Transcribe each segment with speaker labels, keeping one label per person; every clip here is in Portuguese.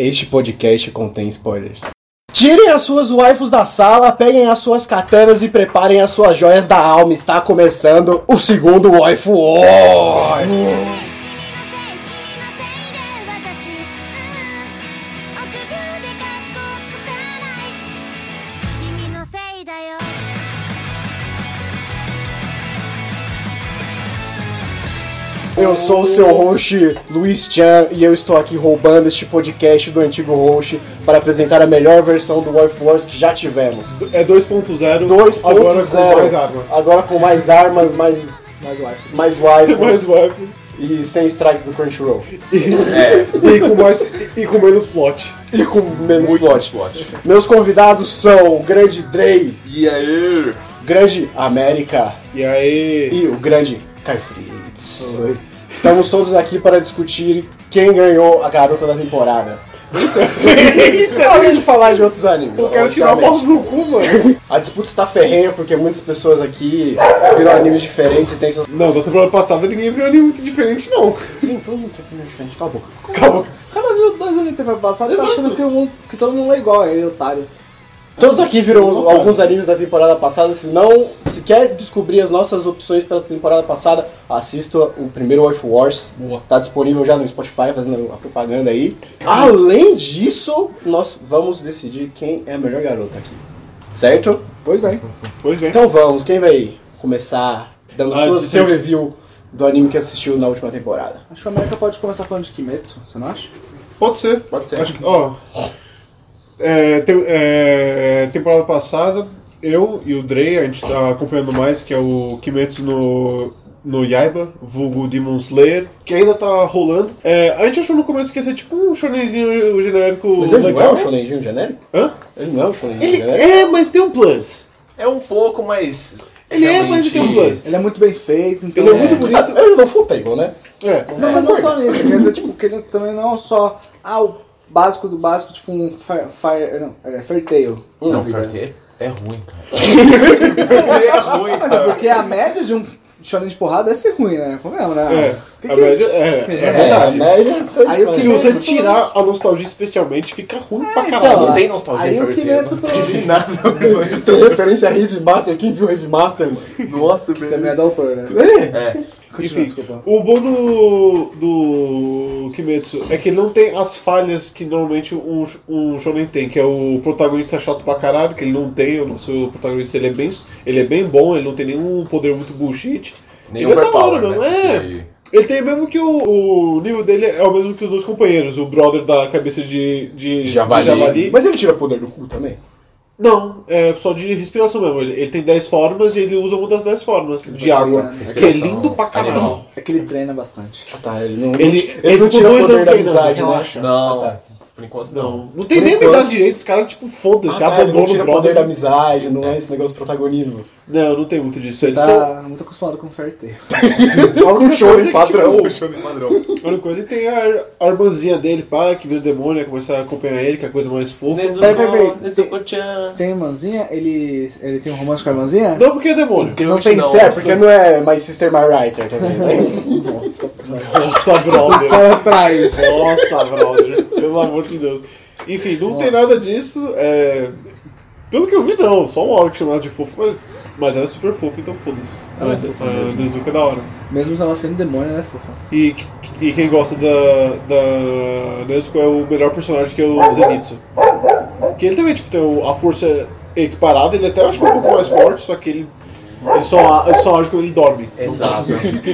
Speaker 1: Este podcast contém spoilers.
Speaker 2: Tirem as suas waifus da sala, peguem as suas katanas e preparem as suas joias da alma. Está começando o segundo Waifu War!
Speaker 3: 最近のせいで私うん臆病でかっこつかない君のせいだよ
Speaker 2: Eu sou o seu host, Luiz Chan, e eu estou aqui roubando este podcast do antigo host para apresentar a melhor versão do Waifu Wars que já tivemos.
Speaker 4: É 2.0. Agora com mais
Speaker 2: 2.0,
Speaker 4: armas.
Speaker 2: agora com mais armas, mais,
Speaker 4: Mais
Speaker 2: mais
Speaker 4: waifus. Mais
Speaker 2: waifus
Speaker 4: waifus.
Speaker 2: e sem strikes do Crunchyroll.
Speaker 4: E com, mais, e com menos plot.
Speaker 2: E com menos
Speaker 5: Muito
Speaker 2: plot.
Speaker 5: plot.
Speaker 2: Meus convidados são o grande Drey,
Speaker 5: E aí?
Speaker 2: grande América...
Speaker 4: E aí?
Speaker 2: e o grande Kai Fritz. Estamos todos aqui para discutir quem ganhou a garota da temporada. Além de falar de outros animes.
Speaker 4: Eu quero tirar o
Speaker 2: obviamente.
Speaker 4: pau do cu, mano.
Speaker 2: A disputa está ferrenha porque muitas pessoas aqui viram animes diferentes e tem seus.
Speaker 4: Não, da temporada passada ninguém viu anime muito diferente, não.
Speaker 2: Então não tem anime diferente, cala a boca.
Speaker 4: Calma.
Speaker 6: O cara viu dois anos que vai passado e tá achando que, o mundo, que todo mundo é igual, ele otário.
Speaker 2: Todos aqui viram os- alguns animes da temporada passada. Se não, se quer descobrir as nossas opções pela temporada passada, assista o primeiro Wife Wars. Tá disponível já no Spotify, fazendo a propaganda aí. Além disso, nós vamos decidir quem é a melhor garota aqui. Certo?
Speaker 6: Pois bem.
Speaker 4: Pois bem.
Speaker 2: Então vamos, quem vai começar dando
Speaker 4: Ah,
Speaker 2: sua,
Speaker 4: de-
Speaker 2: seu review do anime que assistiu na última temporada?
Speaker 6: Acho que a América pode começar falando de Kimetsu, você não acha?
Speaker 4: Pode ser.
Speaker 5: Pode ser.
Speaker 4: Acho que, ó. É, tem- é, temporada passada, eu e o Dre, a gente tá acompanhando mais, que é o Kimetsu no, no Yaiba, vulgo Demon Slayer, que ainda tá rolando. É, a gente achou no começo que ia ser tipo um shonenzinho genérico
Speaker 2: Mas ele não é
Speaker 4: legal.
Speaker 2: um shonenjinho genérico?
Speaker 4: Hã?
Speaker 2: Ele não é um shonenjinho
Speaker 4: Ele
Speaker 2: genérico?
Speaker 4: é, mas tem um plus.
Speaker 5: É um pouco, mas.
Speaker 4: Ele é, mas tem um plus.
Speaker 6: Ele é muito bem feito, então.
Speaker 4: Ele é muito bonito.
Speaker 2: Ah, Ele não é full table, né?
Speaker 4: É.
Speaker 6: Não, mas não só nisso, quer dizer, tipo, que ele também não é só. Ah, o básico do básico, tipo um Fire. fire não, é Fair Tail.
Speaker 5: Não, Ferté é ruim, cara. Ferté é ruim,
Speaker 6: Mas é
Speaker 5: cara.
Speaker 6: porque a média de um shonen de porrada é ser ruim, né? Convenhamos, né?
Speaker 4: É.
Speaker 6: O que que-
Speaker 4: A média é, é
Speaker 2: É,
Speaker 4: verdade.
Speaker 2: mas
Speaker 6: Aí o
Speaker 2: mas-
Speaker 4: Se
Speaker 6: que
Speaker 4: você tirar a nostalgia especialmente, fica ruim pra
Speaker 5: Não,
Speaker 4: caralho.
Speaker 5: não tem nostalgia
Speaker 6: é, então? Aí o
Speaker 5: Fairy
Speaker 6: Kimetsu
Speaker 4: né?
Speaker 5: Tail,
Speaker 6: pelo-
Speaker 2: Nada. Isso é referência a Heavy Master. Quem viu Heavy Master, mano?
Speaker 5: Nossa, velho.
Speaker 6: também é do autor, né? Continua,
Speaker 5: É,
Speaker 4: Enfim,
Speaker 6: desculpa.
Speaker 4: o bom do, do Kimetsu é que ele não tem as falhas que normalmente um, um shonen tem, que é o protagonista chato pra caralho, que ele não tem, o nosso protagonista ele é bem, ele é bem bom, ele não tem nenhum poder muito bullshit.
Speaker 5: Nem
Speaker 4: ele é da
Speaker 5: overpower,
Speaker 4: hora, mano,
Speaker 5: né?
Speaker 4: é.
Speaker 5: Porque-
Speaker 4: Ele tem mesmo que o, o nível dele é o mesmo que os dois companheiros, o brother da cabeça de, de de
Speaker 5: Javali.
Speaker 2: Mas ele tira poder do cu também.
Speaker 4: Não, é só de respiração mesmo. Ele, ele tem 10 formas e ele usa uma das 10 formas de água. Que é
Speaker 5: Respiração
Speaker 4: lindo pra caralho.
Speaker 5: animal.
Speaker 6: É que ele treina bastante.
Speaker 2: Ah, tá. Ele não,
Speaker 4: Ele-
Speaker 2: ele
Speaker 4: ele
Speaker 2: não
Speaker 4: ficou
Speaker 2: tira
Speaker 4: dois
Speaker 2: poder
Speaker 4: anos
Speaker 2: da
Speaker 4: treinando,
Speaker 2: amizade, né?
Speaker 4: relaxa.
Speaker 5: Não,
Speaker 2: Ah, tá.
Speaker 5: por enquanto não.
Speaker 4: Não, não tem nem
Speaker 2: enquanto-
Speaker 4: amizade direito, os caras, tipo,
Speaker 2: Ah,
Speaker 4: foda-se,
Speaker 2: tá, ele não
Speaker 4: abandonam
Speaker 2: tira
Speaker 4: o
Speaker 2: poder da
Speaker 4: brother.
Speaker 2: amizade, não é esse negócio de protagonismo.
Speaker 4: Não, não tem muito disso. Ele só-
Speaker 6: Tá muito acostumado com o Fair Tail.
Speaker 4: única
Speaker 2: Com show de
Speaker 4: coisa é que,
Speaker 2: padrão.
Speaker 4: tipo,
Speaker 5: padrão.
Speaker 4: A única coisa é que tem a, a irmãzinha dele, pá, que vira demônio, começa a acompanhar ele, que é a coisa mais fofa.
Speaker 6: Peraí, peraí,
Speaker 5: Nezuko,
Speaker 6: peraí.
Speaker 5: Nezuko-chan.
Speaker 6: Tem irmãzinha? Ele, ele tem um romance com a irmãzinha?
Speaker 4: Não porque é demônio.
Speaker 5: Incrivelmente assim.
Speaker 6: tem
Speaker 2: É,
Speaker 6: certo.
Speaker 2: porque não é My Sister, My Writer também, né?
Speaker 4: Nossa, brother.
Speaker 6: Para atrás.
Speaker 4: Nossa, brother. Pelo amor de Deus. Enfim, não tem nada disso. é, Pelo que eu vi, não. Só uma hora que chamava de fofo, mas, mas ela é super fofa, então foda-se.
Speaker 6: Ela é
Speaker 4: A-
Speaker 6: fofa
Speaker 4: A Nezuka é da hora.
Speaker 6: Mesmo ela sendo demônio, né, fofa?
Speaker 4: E, e quem gosta da, da Nezuko é o melhor personagem que é o Zenitsu. Que ele também tipo, tem o- a força equiparada, ele até acho que é um pouco mais forte, só que ele, ele, só, ele só age quando ele dorme.
Speaker 5: Exato.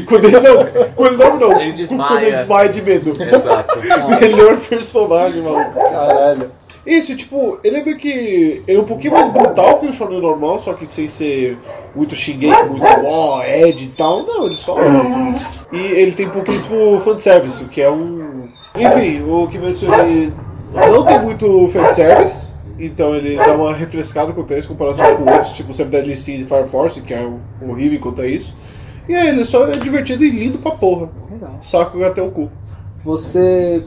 Speaker 4: Quando ele não, quando ele dorme não. Quando ele
Speaker 5: Ele desmaia. é um
Speaker 4: desmaia de medo.
Speaker 5: Exato.
Speaker 4: Melhor personagem, maluco.
Speaker 2: Caralho.
Speaker 4: Isso, tipo, ele é meio que. Ele é um pouquinho mais brutal que o shonen normal, só que sem ser muito Shingeki, muito ó, Ed e tal. Não, ele só. E ele tem pouquíssimo fanservice, o que é um. Enfim, o Kimetsu ele não tem muito fanservice, então ele dá uma refrescada quanto a isso, em comparação com outros, tipo Seven Deadly Sins e Fire Force, que é um, horrível quanto a isso. E aí, ele só é divertido e lindo pra porra.
Speaker 6: Legal.
Speaker 4: Saco até o cu.
Speaker 6: Você.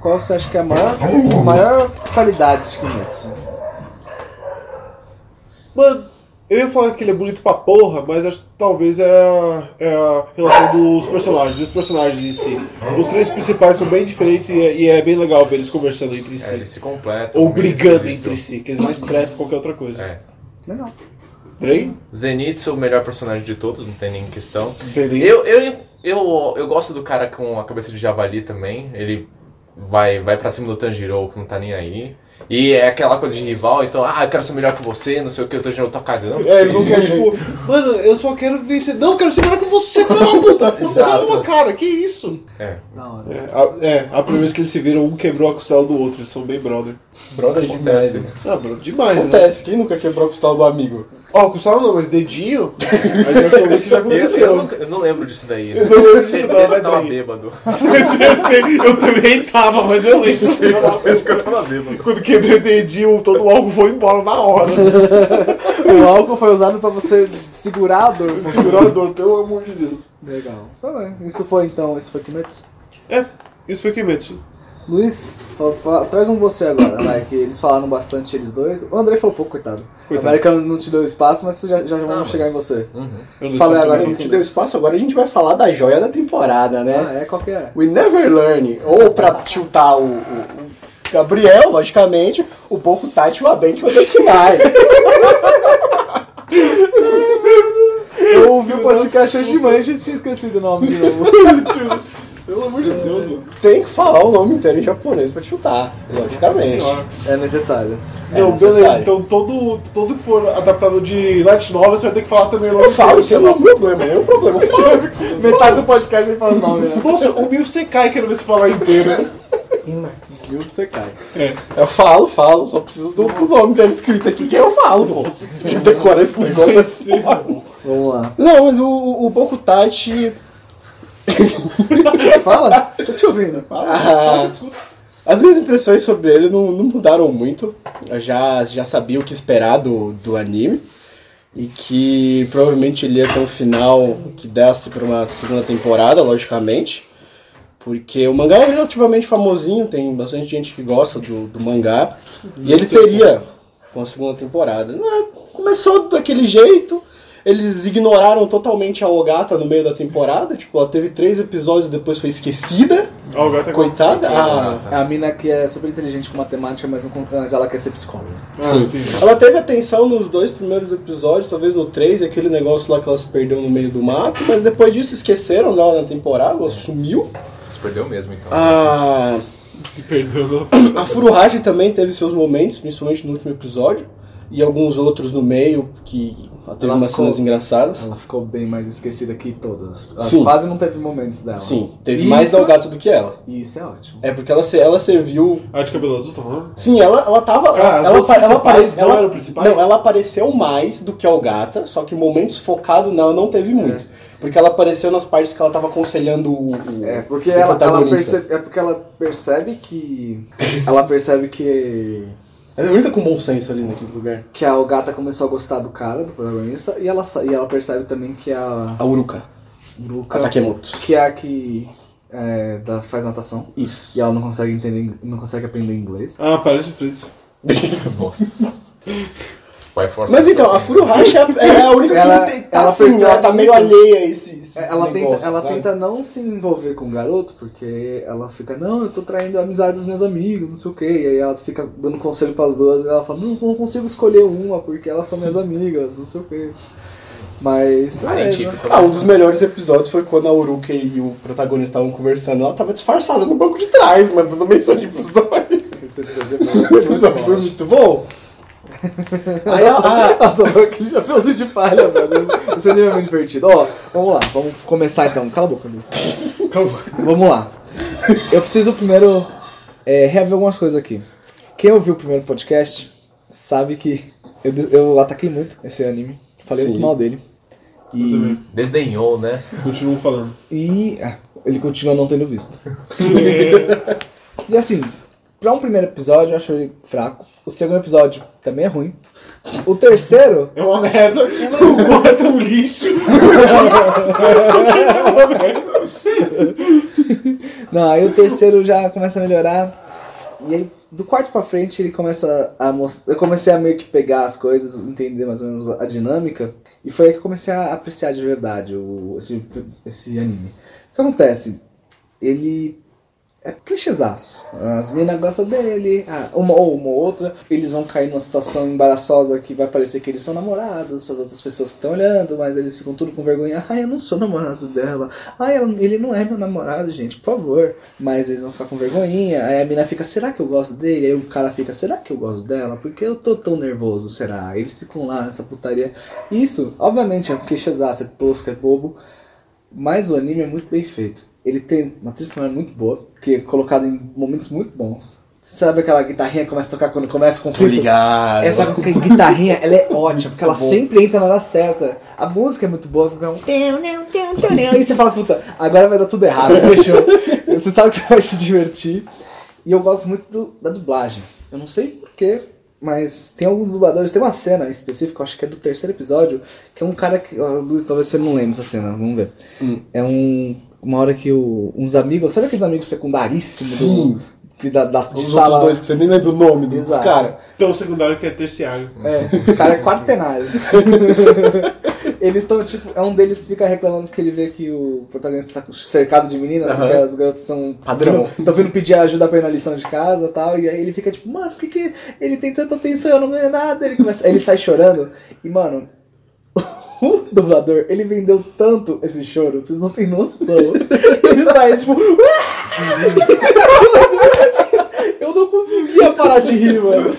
Speaker 6: Qual você acha que é a maior, a maior qualidade de Kimetsu?
Speaker 4: Mano, Eu ia falar que ele é bonito pra porra, mas acho que talvez é a, é a relação dos personagens, dos personagens em si. Os três principais são bem diferentes e é, e é bem legal ver eles conversando entre si.
Speaker 5: É, eles se completam.
Speaker 4: Ou
Speaker 5: meio
Speaker 4: brigando
Speaker 5: esquisito.
Speaker 4: entre si, que eles mais tretam qualquer outra coisa.
Speaker 5: então. É.
Speaker 6: Legal.
Speaker 4: Drey?
Speaker 5: Zenitsu, o melhor personagem de todos, não tem nem questão.
Speaker 4: Entendi.
Speaker 5: Eu, eu, eu, eu gosto do cara com a cabeça de javali também. Ele vai, vai pra cima do Tanjiro, que não tá nem aí. E é aquela coisa de rival, então, ah, eu quero ser melhor que você, não sei o que, o Tanjiro tá cagando.
Speaker 4: É, ele não quer, tipo, mano, eu só quero vencer. Não, eu quero ser melhor que você, filho da puta! Não
Speaker 5: Exato.
Speaker 4: calma, cara, que isso?
Speaker 5: É.
Speaker 6: Da hora.
Speaker 4: É a, é, a primeira vez que eles se viram, um quebrou a costela do outro, eles são bem brother.
Speaker 2: Brother de
Speaker 5: Acontece.
Speaker 2: merda.
Speaker 4: Ah, brother, demais, né?
Speaker 2: Acontece, quem nunca quebrou a costela do amigo?
Speaker 4: Ó, costela não, mas dedinho, aí já soube o que já
Speaker 5: Eu, eu,
Speaker 4: aconteceu.
Speaker 5: nunca- eu não lembro disso daí. Né?
Speaker 4: não lembro disso não,
Speaker 5: Certeza que
Speaker 4: mas
Speaker 5: eu tava
Speaker 4: daí.
Speaker 5: bêbado.
Speaker 4: eu também tava, mas eu lembro.
Speaker 5: Certeza que eu tava bêbado.
Speaker 4: Quando quebrei o dedinho, todo o álcool foi embora na hora.
Speaker 6: O álcool foi usado pra você segurar a dor.
Speaker 4: Segurar a dor, pelo amor de Deus.
Speaker 6: Legal. Tá bem. Isso foi então, isso foi Kimetsu.
Speaker 4: É, isso foi Kimetsu.
Speaker 6: Luiz, fa- fa- traz um você agora, vai, que eles falaram bastante eles dois. O André falou pouco, coitado.
Speaker 4: Coitado.
Speaker 6: A América não te deu espaço, mas já, já vamos
Speaker 5: mas-
Speaker 6: chegar em você.
Speaker 5: Uhum.
Speaker 4: Eu não
Speaker 6: Fala
Speaker 4: sei se
Speaker 6: agora.
Speaker 4: também.
Speaker 2: Ele te deu espaço, agora a gente vai falar da joia da temporada, né?
Speaker 6: Ah, é qual que é?
Speaker 2: We Never Learn, ou pra chutar o, o- o Gabriel, logicamente, o Boku Tati, o Abenki, o Dekinai.
Speaker 6: Eu ouvi o podcast hoje de manhã e tinha esquecido o nome de novo.
Speaker 4: Pelo amor de Deus, mano.
Speaker 2: Tem que falar o nome inteiro em japonês pra chutar, logicamente.
Speaker 4: Senhora.
Speaker 6: É necessário.
Speaker 2: É
Speaker 4: Não,
Speaker 2: necessário.
Speaker 4: beleza, então todo, todo que for adaptado de Light Nova, você vai ter que falar também logo.
Speaker 2: Eu falo, isso não é um problema, não é um problema, eu falo.
Speaker 6: Metade do podcast ele fala o nome, né?
Speaker 4: Nossa, o Mil você cai querendo ver se falar inteiro.
Speaker 6: Gil, você cai.
Speaker 2: Eu falo, falo, só preciso do, do nome dele escrito aqui que eu falo, pô. Porque decorar esse negócio é foda.
Speaker 6: Vamos lá.
Speaker 2: Não, mas o, o o Boku Tati.
Speaker 6: Fala? Tá. Tô te ouvindo.
Speaker 2: ah, as minhas impressões sobre ele não, não mudaram muito. Eu já, já sabia o que esperar do, do anime. E que provavelmente ele ia ter um final que desse pra uma segunda temporada, logicamente. Porque o mangá é relativamente famosinho, tem bastante gente que gosta do, do mangá. E ele teria uma segunda temporada. Né, Começou daquele jeito, eles ignoraram totalmente a Ogata no meio da temporada. Tipo, ela teve três episódios depois foi esquecida.
Speaker 4: Ó, o gato é
Speaker 2: Coitada. Ah,
Speaker 6: É a mina que é super inteligente com matemática, mas, não, con- mas ela quer ser psicóloga.
Speaker 2: sim. Ela teve atenção nos dois primeiros episódios, talvez no três, aquele negócio lá que ela se perdeu no meio do mato, mas depois disso esqueceram dela na temporada, ela sumiu.
Speaker 5: Você perdeu mesmo, então.
Speaker 2: Ah. A,
Speaker 4: Se perdeu, não.
Speaker 2: a Furuhashi também teve seus momentos, principalmente no último episódio, e alguns outros no meio, que ela teve
Speaker 6: Ela
Speaker 2: umas
Speaker 6: ficou-
Speaker 2: cenas engraçadas.
Speaker 6: Ela ficou bem mais esquecida que todas. Ela
Speaker 2: Sim.
Speaker 6: quase não teve momentos dela.
Speaker 2: Sim, teve
Speaker 6: Ah, Isso-
Speaker 2: mais Dalgato do que ela.
Speaker 6: E isso é ótimo.
Speaker 2: É porque ela, se- ela serviu
Speaker 4: Ah, de cabelo azul, tá falando?
Speaker 2: Sim, ela, ela tava.
Speaker 4: Cara, as
Speaker 2: ela, ela,
Speaker 4: duas
Speaker 2: apa- ela
Speaker 4: principais
Speaker 2: apareceu.
Speaker 4: não
Speaker 2: Ela,
Speaker 4: eram principais?
Speaker 2: não, ela apareceu mais do que a Algata, só que momentos focados nela não teve muito. Porque ela apareceu nas partes que ela tava aconselhando o. o-
Speaker 6: É porque
Speaker 2: o
Speaker 6: ela, ela
Speaker 2: protagonista.
Speaker 6: percebe, é porque ela percebe que ela percebe que
Speaker 2: Ela é a única com bom senso ali naquele lugar.
Speaker 6: que a Ogata começou a gostar do cara, do protagonista, e ela sa- e ela percebe também que a
Speaker 2: A Uruka.
Speaker 6: Uruka,
Speaker 2: A Takemoto.
Speaker 6: que é a que é, da, faz natação,
Speaker 2: Isso.
Speaker 6: e ela não consegue entender, não consegue aprender inglês.
Speaker 4: Ah, parece o Fritz.
Speaker 5: Nossa. Vai assim, força.
Speaker 2: Mas então, a
Speaker 5: né?
Speaker 2: Furuhashi é, a- é a única
Speaker 6: Ela-
Speaker 2: que tem- tá
Speaker 6: ela
Speaker 2: assim,
Speaker 6: percebe
Speaker 2: ela tá meio
Speaker 6: isso.
Speaker 2: alheia a esse. esse
Speaker 6: É, Ela,
Speaker 2: negócio,
Speaker 6: tenta, ela
Speaker 2: sabe?
Speaker 6: tenta não se envolver com o garoto, porque ela fica, não, eu tô traindo a amizade dos meus amigos, não sei o que. E aí ela fica dando conselho pras duas, e ela fala, não, não consigo escolher uma, porque elas são minhas amigas, não sei o que. Mas.
Speaker 5: Ah,
Speaker 6: é,
Speaker 5: nem
Speaker 6: né?
Speaker 5: típico.
Speaker 2: Ah, um dos melhores episódios foi quando a Uruka e o protagonista estavam conversando. Ela tava disfarçada no banco de trás, mandando mensagem pros dois.
Speaker 6: Esse episódio é muito
Speaker 2: O episódio foi muito bom. Aí ah, a, a-
Speaker 6: Adoro aquele chapéuzinho de palha, velho. Esse anime é muito divertido. Ó, vamos lá, vamos começar então. Cala a boca, Luiz. Vamos lá. Eu preciso primeiro é, reaver algumas coisas aqui. Quem ouviu o primeiro podcast sabe que eu, des- eu ataquei muito esse anime. Falei
Speaker 2: Sim.
Speaker 6: muito mal dele. E,
Speaker 5: Desdenhou, né?
Speaker 4: Continuam falando.
Speaker 6: e ah, ele continua não tendo visto. E assim, pra um primeiro episódio eu acho ele fraco. O segundo episódio também é ruim. O terceiro
Speaker 4: É uma merda. O quarto é um lixo.
Speaker 6: Não, aí o terceiro já começa a melhorar. E aí, do quarto pra frente, ele começa a mostrar. Eu comecei a meio que pegar as coisas, entender mais ou menos a dinâmica. E foi aí que eu comecei a apreciar de verdade o, esse, esse anime. O que acontece? Ele. É clichêzaço. As meninas gostam dele, ah, uma ou uma ou outra. Eles vão cair numa situação embaraçosa que vai parecer que eles são namorados para as outras pessoas que estão olhando, mas eles ficam tudo com vergonha. Ai, eu não sou namorado dela. Ai, ela- ele não é meu namorado, gente, por favor. Mas eles vão ficar com vergonhinha. Aí a mina fica, será que eu gosto dele? Aí o cara fica, será que eu gosto dela? Porque eu tô tão nervoso, será? Aí Eles ficam lá nessa putaria. Isso, obviamente, é um clichêzaço, é tosco, é bobo. Mas o anime é muito bem feito. Ele tem uma trilha sonora muito boa, que é colocada em momentos muito bons. Você sabe aquela guitarrinha que começa a tocar quando começa o conflito?
Speaker 2: ligado.
Speaker 6: Essa guitarrinha, ela é ótima, porque ela sempre entra na hora certa. A música é muito boa, fica um... teu, neu, teu, teu, neu, E você fala, puta, agora vai dar tudo errado, fechou. você sabe que você vai se divertir. E eu gosto muito do- da dublagem. Eu não sei porquê, mas tem alguns dubladores. Tem uma cena específica, eu acho que é do terceiro episódio, que é um cara que... ó, Luiz, talvez você não lembre essa cena, vamos ver.
Speaker 2: Hum.
Speaker 6: É um... Uma hora que o- uns amigos... Sabe aqueles amigos secundaríssimos?
Speaker 2: Sim.
Speaker 6: Do, que da, das, de
Speaker 2: Os outros
Speaker 6: sala...
Speaker 2: Um dois que você nem lembra o nome dos
Speaker 6: Exato.
Speaker 2: caras.
Speaker 4: Então o secundário que é terciário.
Speaker 6: É, os caras é quartenário. Eles estão, tipo, é um deles fica reclamando porque ele vê que o protagonista tá cercado de meninas, porque
Speaker 2: Aham.
Speaker 6: as garotas estão.
Speaker 2: Padrão.
Speaker 6: Estão vindo pedir ajuda pra ir na lição de casa e tal. E aí ele fica tipo, mano, por que, que ele tem tanta atenção? Eu não ganho nada. Ele, começa, aí ele sai chorando. E, mano, o dublador, ele vendeu tanto esse choro, vocês não têm noção. Ele sai tipo. Eu não conseguia parar de rir, mano.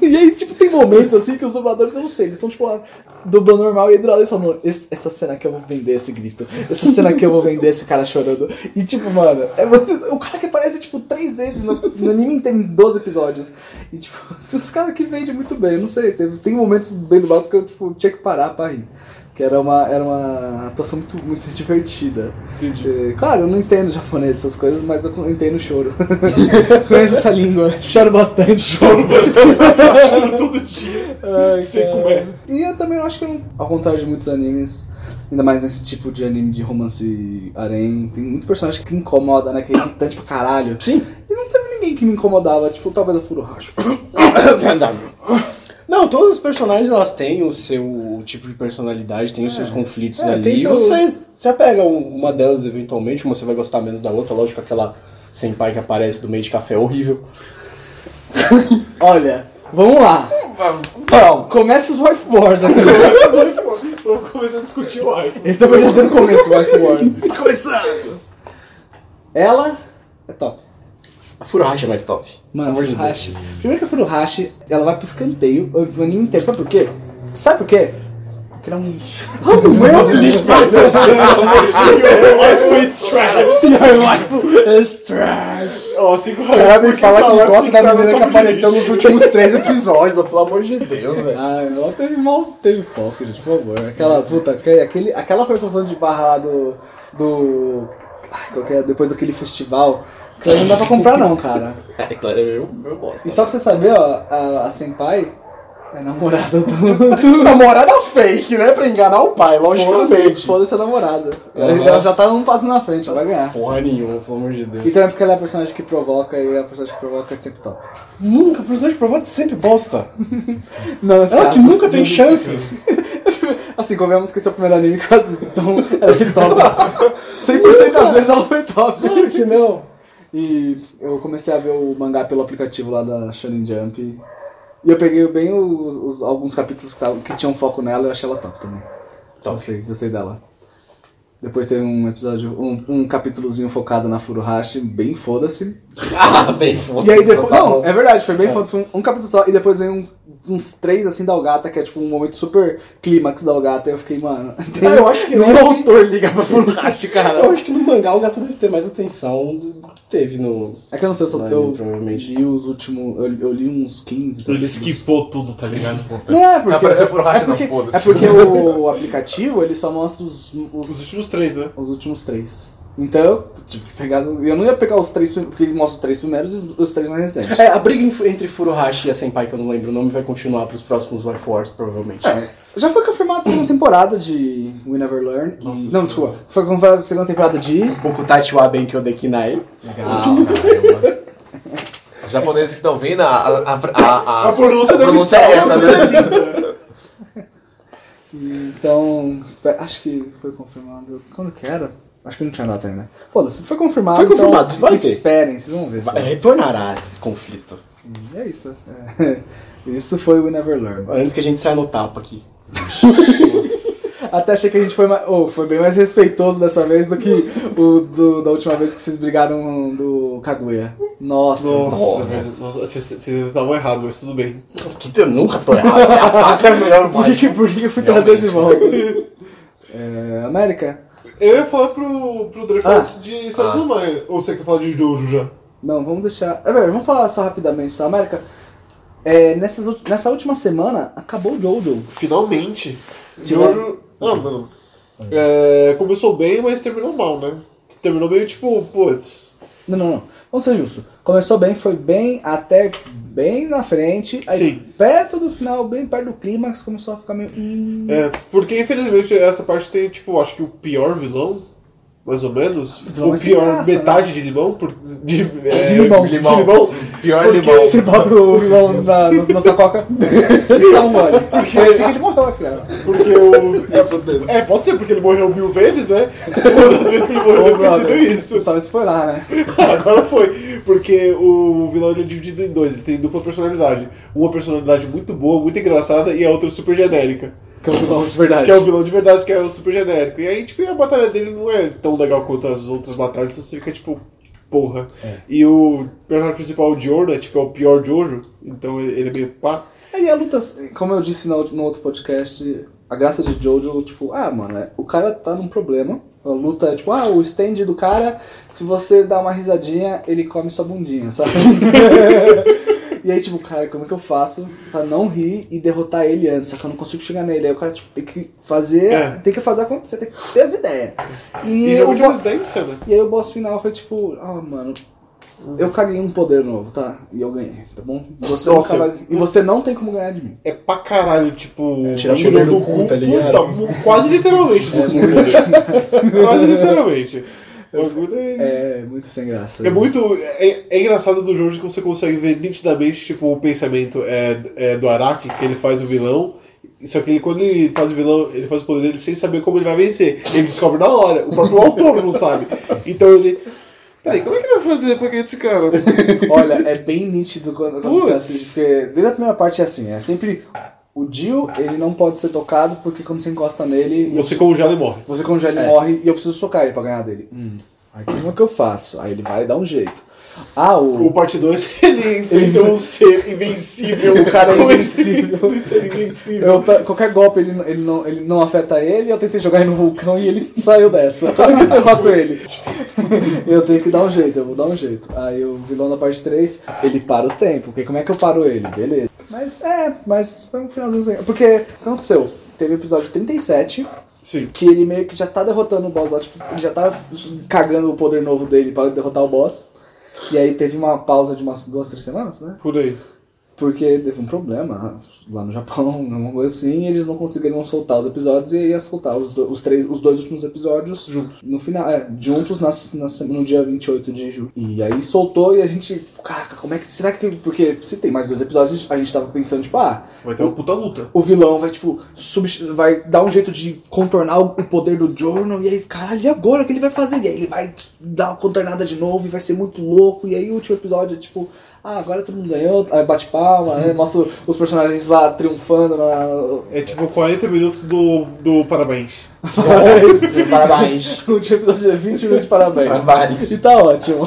Speaker 6: E aí, tipo, tem momentos assim que os dubladores, eu não sei, eles estão, tipo, lá, dublando normal e aí do lado eles falam, "Mano, esse- essa cena que eu vou vender esse grito, essa cena que eu vou vender esse cara chorando. E, tipo, mano, é muito- o cara que aparece, tipo, três vezes no, no anime inteiro, em 12 episódios. E, tipo, os caras que vendem muito bem, eu não sei, teve, tem momentos bem dublados que eu, tipo, tinha que parar pra rir. Que era uma, era uma atuação muito, muito divertida.
Speaker 4: Entendi.
Speaker 6: É, claro, eu não entendo japonês, essas coisas, mas eu entendo o choro. Conheço essa língua. Choro bastante. Choro
Speaker 4: Tiro todo dia.
Speaker 6: Ai,
Speaker 4: Sei
Speaker 6: cara.
Speaker 4: como é.
Speaker 6: E eu também acho que, eu não- ao contrário de muitos animes, ainda mais nesse tipo de anime de romance harém, tem muito personagem que incomoda, né? Que é irritante pra caralho.
Speaker 2: Sim.
Speaker 6: E não teve ninguém que me incomodava, tipo, talvez a Furuhashi.
Speaker 2: Não, todas as personagens elas têm o seu tipo de personalidade, tem os seus conflitos
Speaker 6: É, tem
Speaker 2: ali. E
Speaker 6: seu-
Speaker 2: Você se apega a um- uma delas eventualmente, uma você vai gostar menos da outra, lógico, aquela senpai que aparece do meio de café é horrível.
Speaker 6: Olha, vamos lá. Então,
Speaker 2: Não,
Speaker 6: Começa os Wife Wars aqui.
Speaker 4: Vamos começar a discutir o hype.
Speaker 6: Esse é o verdadeiro começo do Wife Wars. Tá começando! Ela é top.
Speaker 2: a Furuhashi é mais top.
Speaker 6: Mano,
Speaker 2: Pelo amor de
Speaker 6: Furuhashi. Primeiro que a Furuhashi, ela vai pro escanteio o anime inteiro. Sabe por quê? Sabe por quê? Porque ela é um lixo.
Speaker 4: Your life is trash.
Speaker 6: é
Speaker 4: Ó, cinco
Speaker 2: O cara me
Speaker 4: Por que
Speaker 2: fala
Speaker 4: essa
Speaker 2: que
Speaker 4: live
Speaker 2: gosta
Speaker 4: tem
Speaker 2: da
Speaker 4: que tá
Speaker 2: menina
Speaker 4: só
Speaker 2: que
Speaker 4: por
Speaker 2: apareceu
Speaker 4: isso?
Speaker 2: nos últimos três episódios, ó, pelo amor de Deus, velho.
Speaker 6: Ah, ela teve mal, teve foco, gente, por favor. Aquela puta, aquele, aquele- aquela forçação de barra lá do. do. Ai, qual que é? Depois daquele festival. Que não dá pra comprar, não, cara.
Speaker 2: É claro, eu, eu gosto.
Speaker 6: E só pra você saber, ó, a, a Senpai é namorada do.
Speaker 2: Namorada fake, né? Pra enganar o pai,
Speaker 6: Foda-se
Speaker 2: logicamente.
Speaker 6: foda a namorada.
Speaker 2: Aham.
Speaker 6: Ela já tá um passo na frente, ela vai ganhar.
Speaker 2: Porra nenhuma, pelo amor de Deus.
Speaker 6: E também porque ela é a personagem que provoca e a personagem que provoca é sempre top.
Speaker 2: Nunca, o personagem provado é sempre bosta.
Speaker 6: Não, esse
Speaker 2: Ela
Speaker 6: caso-
Speaker 2: que nunca tem chances.
Speaker 6: Assim, convenhamos que esse é o primeiro anime que eu assisto, então ela é sempre top. 100% das vezes ela foi top.
Speaker 2: Claro que não.
Speaker 6: E eu comecei a ver o mangá pelo aplicativo lá da Shonen Jump. E eu peguei bem os, os- alguns capítulos que, tavam- que tinham foco nela e eu achei ela top também. Top. Gostei, gostei dela. Depois teve um episódio, um, um capítulozinho focado na Furuhashi, bem foda-se.
Speaker 2: Ah, bem foda.
Speaker 6: E aí depois. Não, é verdade, foi bem foda. Foi um, um capítulo só. E depois vem um- uns três assim da Algata, que é tipo um momento super clímax da Algata. E eu fiquei, mano.
Speaker 2: Ah, eu acho que
Speaker 6: nem
Speaker 2: não.
Speaker 6: o autor liga pra Furuhashi,
Speaker 2: Eu
Speaker 6: cara.
Speaker 2: acho que no mangá o gato deve ter mais atenção do que teve no.
Speaker 6: É que eu não sei, eu só
Speaker 2: no
Speaker 6: eu
Speaker 2: anime, provavelmente.
Speaker 6: li os últimos. Eu, eu li uns 15.
Speaker 4: Ele
Speaker 6: capítulos.
Speaker 4: skipou tudo, tá ligado?
Speaker 6: Não é porque.
Speaker 5: Apareceu Furuhashi,
Speaker 6: é porque,
Speaker 5: não, foda-se.
Speaker 6: É porque o aplicativo ele só mostra os, os,
Speaker 4: Os últimos três, né?
Speaker 6: os últimos três. Então eu tive que pegar. Eu não ia pegar os três, prim- porque ele mostra os três primeiros e os, os três mais recentes.
Speaker 2: É, a briga em- entre Furuhashi e a Senpai, que eu não lembro o nome, vai continuar pros próximos Life Wars, provavelmente.
Speaker 6: Já foi confirmada a segunda temporada de We Never Learn. e-
Speaker 4: Nossa
Speaker 6: não,
Speaker 4: senhora.
Speaker 6: desculpa. Foi confirmada a segunda temporada de.
Speaker 2: Bokutachi wa Benkyou Dekinai.
Speaker 5: Legal, caramba. Japoneses que estão vindo, a, a, a, a, a-
Speaker 4: A pronúncia deve
Speaker 5: pronúncia
Speaker 4: estar-
Speaker 5: é essa, né?
Speaker 6: Então, espe- acho que foi confirmado. Quando que era? Acho que não tinha data ainda. Foda-se, foi confirmado.
Speaker 2: Foi confirmado,
Speaker 6: então,
Speaker 2: vai ter.
Speaker 6: Esperem, vocês vão ver. só.
Speaker 2: Vai- Retornará esse conflito.
Speaker 6: E é isso. É. Isso foi o We Never Learn.
Speaker 2: Antes que a gente saia no tapa aqui.
Speaker 6: Até achei que a gente foi, mais, oh, foi bem mais respeitoso dessa vez do que o do- da última vez que vocês brigaram do Kaguya. Nossa.
Speaker 4: Nossa, velho. Nossa, Vocês vocês estavam errados, mas tudo bem.
Speaker 2: Que eu nunca tô errado. A saca é melhor
Speaker 6: Por que, que, por que que eu fui trazer de volta? É, América?
Speaker 4: Eu ia falar pro, pro Drake
Speaker 6: Ah.
Speaker 4: antes de Sales
Speaker 5: Ah.
Speaker 4: ah. Ou você quer falar de Jojo já?
Speaker 6: Não, vamos deixar. É, velho, vamos falar só rapidamente, tá? América? É, nessas, ulti- nessa última semana acabou o Jojo.
Speaker 4: Finalmente.
Speaker 6: Sim,
Speaker 4: Jojo. Não, mano. É, começou bem, mas terminou mal, né? Terminou meio tipo, putz.
Speaker 6: Não, não, não. Vamos ser justos. Começou bem, foi bem até bem na frente. Aí
Speaker 4: Sim.
Speaker 6: perto do final, bem perto do clímax, começou a ficar meio. "Hum".
Speaker 4: É, porque infelizmente essa parte tem, tipo, acho que o pior vilão. Mais ou menos.
Speaker 6: O vilão
Speaker 4: o
Speaker 6: é sem
Speaker 4: pior
Speaker 6: graça,
Speaker 4: metade de limão. Por, de, é,
Speaker 6: limão.
Speaker 4: de
Speaker 5: Limão.
Speaker 4: limão.
Speaker 5: Pior
Speaker 4: Porque-
Speaker 5: limão.
Speaker 6: Você bota o vilão na, na nossa coca e dá um gole. Porque assim que ele morreu, filha.
Speaker 4: Porque o. É, pode ser, porque ele morreu mil vezes, né? Uma das vezes que ele morreu deve ter sido isso.
Speaker 6: Sabe spoiler, né?
Speaker 4: Agora foi, porque o vilão ele é dividido em dois, ele tem dupla personalidade. Uma personalidade muito boa, muito engraçada, e a outra super genérica.
Speaker 6: Que é o vilão de verdade.
Speaker 4: Que é o vilão de verdade, que é o super genérico. E aí, tipo, a batalha dele não é tão legal quanto as outras batalhas, então você fica tipo, porra.
Speaker 2: É.
Speaker 4: E o personagem principal, o Jojo, né, tipo, é o pior Jojo, então ele é meio pá.
Speaker 6: Aí a luta, como eu disse na- no outro podcast, a graça de Jojo, tipo, ah, mano, é- o cara tá num problema. A luta é tipo, ah, o stand do cara, se você dá uma risadinha, ele come sua bundinha, sabe? e aí, tipo, cara, como é que eu faço pra não rir e derrotar ele antes? Só que eu não consigo chegar nele. Aí o cara, tipo, tem que fazer,
Speaker 4: É.
Speaker 6: tem que fazer acontecer, tem que ter as ideias.
Speaker 4: E,
Speaker 6: E,
Speaker 4: jogo
Speaker 6: eu
Speaker 4: de residência, né?
Speaker 6: e aí o boss final foi tipo, ah, mano, eu caguei um poder novo, tá? E eu ganhei, tá bom? Você
Speaker 4: Nossa.
Speaker 6: nunca vai- E você não tem como ganhar de mim.
Speaker 4: É pra caralho, tipo.
Speaker 2: tirar
Speaker 4: tiro
Speaker 2: poder do É, cu, tá ligado? É.
Speaker 4: Puta, mu- quase literalmente do cu. né? quase literalmente. O bagulho é.
Speaker 6: É muito sem graça.
Speaker 4: É muito. É, é engraçado do Jojo que você consegue ver nitidamente, tipo, o pensamento é, é do Araki, que ele faz o vilão. Só que ele, quando ele faz o vilão, ele faz o poder dele sem saber como ele vai vencer. Ele descobre na hora, o próprio autor não sabe. Então ele. Peraí, como é que ele vai fazer pra ganhar desse cara?
Speaker 6: Olha, é bem nítido quando acontece
Speaker 4: Putz.
Speaker 6: assim, porque desde a primeira parte é assim, é sempre o Jill, ele não pode ser tocado porque quando você encosta nele,
Speaker 4: Você congela e morre.
Speaker 6: Você congela,
Speaker 4: É.
Speaker 6: ele morre e eu preciso socar ele pra ganhar dele. Hum, aí como é que eu faço? Aí ele vai dar um jeito. Ah,
Speaker 4: O parte 2, ele enfrenta um ser invencível.
Speaker 6: O cara é
Speaker 4: Como
Speaker 6: invencível.
Speaker 4: esse ser invencível.
Speaker 6: Eu ta- qualquer golpe ele, não- ele, não, ele não afeta ele, eu tentei jogar ele no vulcão e ele saiu dessa. Como que eu derroto ele? eu tenho que dar um jeito, eu vou dar um jeito. Aí o vilão da parte 3, ele para o tempo, porque como é que eu paro ele? Beleza. Mas é, mas foi um finalzinho sem. Porque o que aconteceu? Teve o episódio 37,
Speaker 4: Sim.
Speaker 6: que ele meio que já tá derrotando o boss lá, tipo, ele já tá cagando o poder novo dele pra derrotar o boss. E aí teve uma pausa de umas duas, três semanas, né?
Speaker 4: Por aí.
Speaker 6: Porque teve um problema lá no Japão, alguma coisa assim, e eles não conseguiram soltar os episódios e ia soltar os, do- os, três, os dois últimos episódios juntos. No final, é, juntos nas, nas, no dia 28 de julho. E aí soltou e a gente, caraca, como é que. Será que. Porque se tem mais dois episódios, a gente, a gente tava pensando, tipo, ah,
Speaker 4: Vai ter um uma puta luta.
Speaker 6: o vilão vai, tipo, subst- vai dar um jeito de contornar o o poder do Jorno, e aí, caralho, e agora o que ele vai fazer? E aí ele vai dar uma contornada de novo e vai ser muito louco. E aí o último episódio é tipo, ah, agora todo mundo ganhou, aí bate palma, né? mostra os personagens lá triunfando na.
Speaker 4: É tipo 40 minutos do, do parabéns.
Speaker 2: É Nossa, parabéns.
Speaker 6: O último episódio é 20 minutos de parabéns.
Speaker 2: Parabéns.
Speaker 6: E tá ótimo.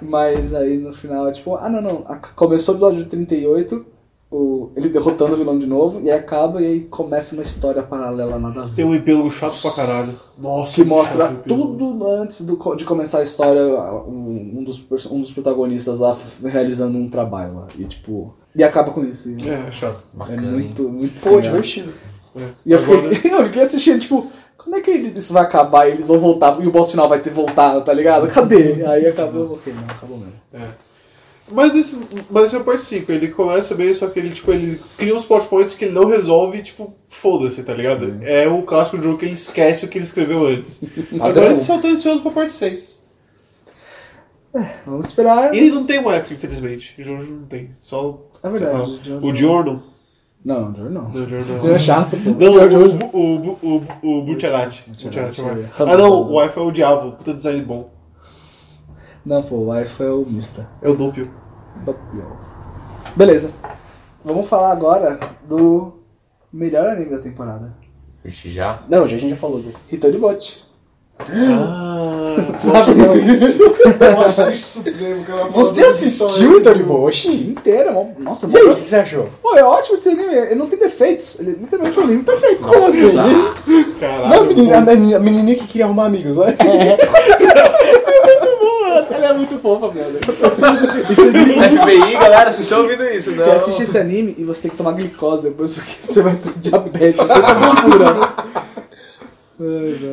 Speaker 6: Mas aí no final é tipo, ah não, não. a- Começou o episódio 38, o, ele derrotando o vilão de novo, e aí acaba e aí começa uma história paralela nada a ver.
Speaker 4: Tem um epílogo chato pra caralho. Nossa,
Speaker 6: que
Speaker 4: muito
Speaker 6: mostra
Speaker 4: chato o epílogo.
Speaker 6: tudo antes do co- de começar a história, um, um dos, perso- um dos protagonistas lá f- realizando um trabalho lá. E tipo. E acaba com isso. E
Speaker 4: É, chato.
Speaker 6: É
Speaker 5: Bacana. hein?
Speaker 6: muito, muito
Speaker 2: Pô,
Speaker 6: sem
Speaker 2: divertido.
Speaker 4: É.
Speaker 6: graça. E eu
Speaker 4: Agora-
Speaker 6: fiquei, eu fiquei assistindo, tipo, como é que eles- isso vai acabar e eles vão voltar? E o boss final vai ter voltado, tá ligado? Cadê? Aí acabou, ok, não, acabou mesmo.
Speaker 4: Mas esse, mas eu participo, ele começa bem, só que ele, tipo, ele cria uns plot points que ele não resolve e, tipo, foda-se, tá ligado? É o clássico jogo que ele esquece o que ele escreveu antes. Agora ele só tá ansioso pra parte 6.
Speaker 6: Vamos esperar.
Speaker 4: E ele não tem um F, infelizmente. O Jojo não tem. Só.
Speaker 6: É
Speaker 4: sei
Speaker 6: verdade,
Speaker 4: lá.
Speaker 6: o Jojo-
Speaker 4: O Diorno.
Speaker 6: Não, não, não.
Speaker 4: Não, o Diorno
Speaker 6: Ele é chato. pô.
Speaker 4: Não, o, o, o, o, o, o Bucciarati. Bucciarati
Speaker 6: Bucciarati,
Speaker 4: é o F.
Speaker 6: é.
Speaker 4: Ah, não, o F é o Diabo. Puta design bom.
Speaker 6: Não, pô, o Life é o Mista.
Speaker 4: É o Dupio.
Speaker 6: Doppio. Beleza. Vamos falar agora do melhor anime da temporada.
Speaker 5: Vixe, já?
Speaker 2: Não, já a gente já falou do.
Speaker 6: Hitori Bot.
Speaker 4: Ah,
Speaker 6: Rapidão.
Speaker 2: Você assistiu, Itoribo? Oxi!
Speaker 6: Inteira, mó- nossa,
Speaker 2: E aí, o
Speaker 6: mó-
Speaker 2: que você achou?
Speaker 6: Pô, é ótimo esse anime, ele não tem defeitos. Ele é literalmente um anime perfeito.
Speaker 2: Como assim? Não, a
Speaker 4: caralho.
Speaker 2: menina- a menina- a menininha que queria arrumar amigos, né?
Speaker 6: Ela é muito fofa, velho.
Speaker 5: FBI, galera, vocês estão ouvindo isso, não?
Speaker 6: Você assiste esse anime e você tem que tomar glicose depois porque você vai ter diabetes. Você tá loucura.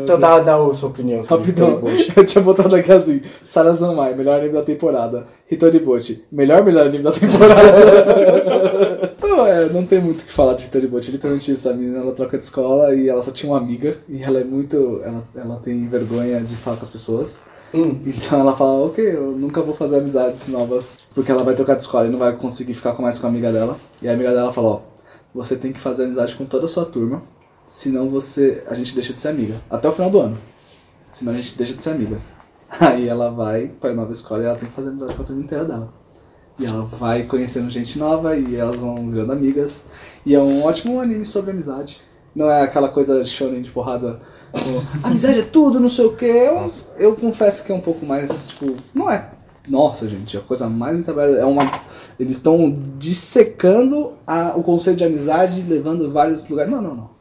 Speaker 2: Então dá, dá a sua opinião sobre
Speaker 6: Rapidão,
Speaker 2: Itoribo.
Speaker 6: eu tinha botado aqui assim: Sarazanmai, melhor anime da temporada. Hitoribochi, melhor, melhor anime da temporada. Não, é, não tem muito o que falar de Hitoribochi, é literalmente isso. A menina ela troca de escola e ela só tinha uma amiga. E ela é muito. Ela, ela tem vergonha de falar com as pessoas.
Speaker 2: Hum.
Speaker 6: Então ela fala: Ok, eu nunca vou fazer amizades novas. Porque ela vai trocar de escola e não vai conseguir ficar com mais com a amiga dela. E a amiga dela fala: Ó, você tem que fazer amizade com toda a sua turma. Senão você. A gente deixa de ser amiga. Até o final do ano. Senão a gente deixa de ser amiga. Aí ela vai pra nova escola e ela tem que fazer amizade com a turma inteira dela. E ela vai conhecendo gente nova e elas vão virando amigas. E é um ótimo anime sobre amizade. Não é aquela coisa shonen de porrada. Tipo, amizade é tudo, não sei o que. Eu, eu confesso que é um pouco mais, tipo, não é. Nossa, gente, é a coisa mais muito aberta. É uma. Eles estão dissecando a- o conceito de amizade, levando vários lugares. Não, não, não.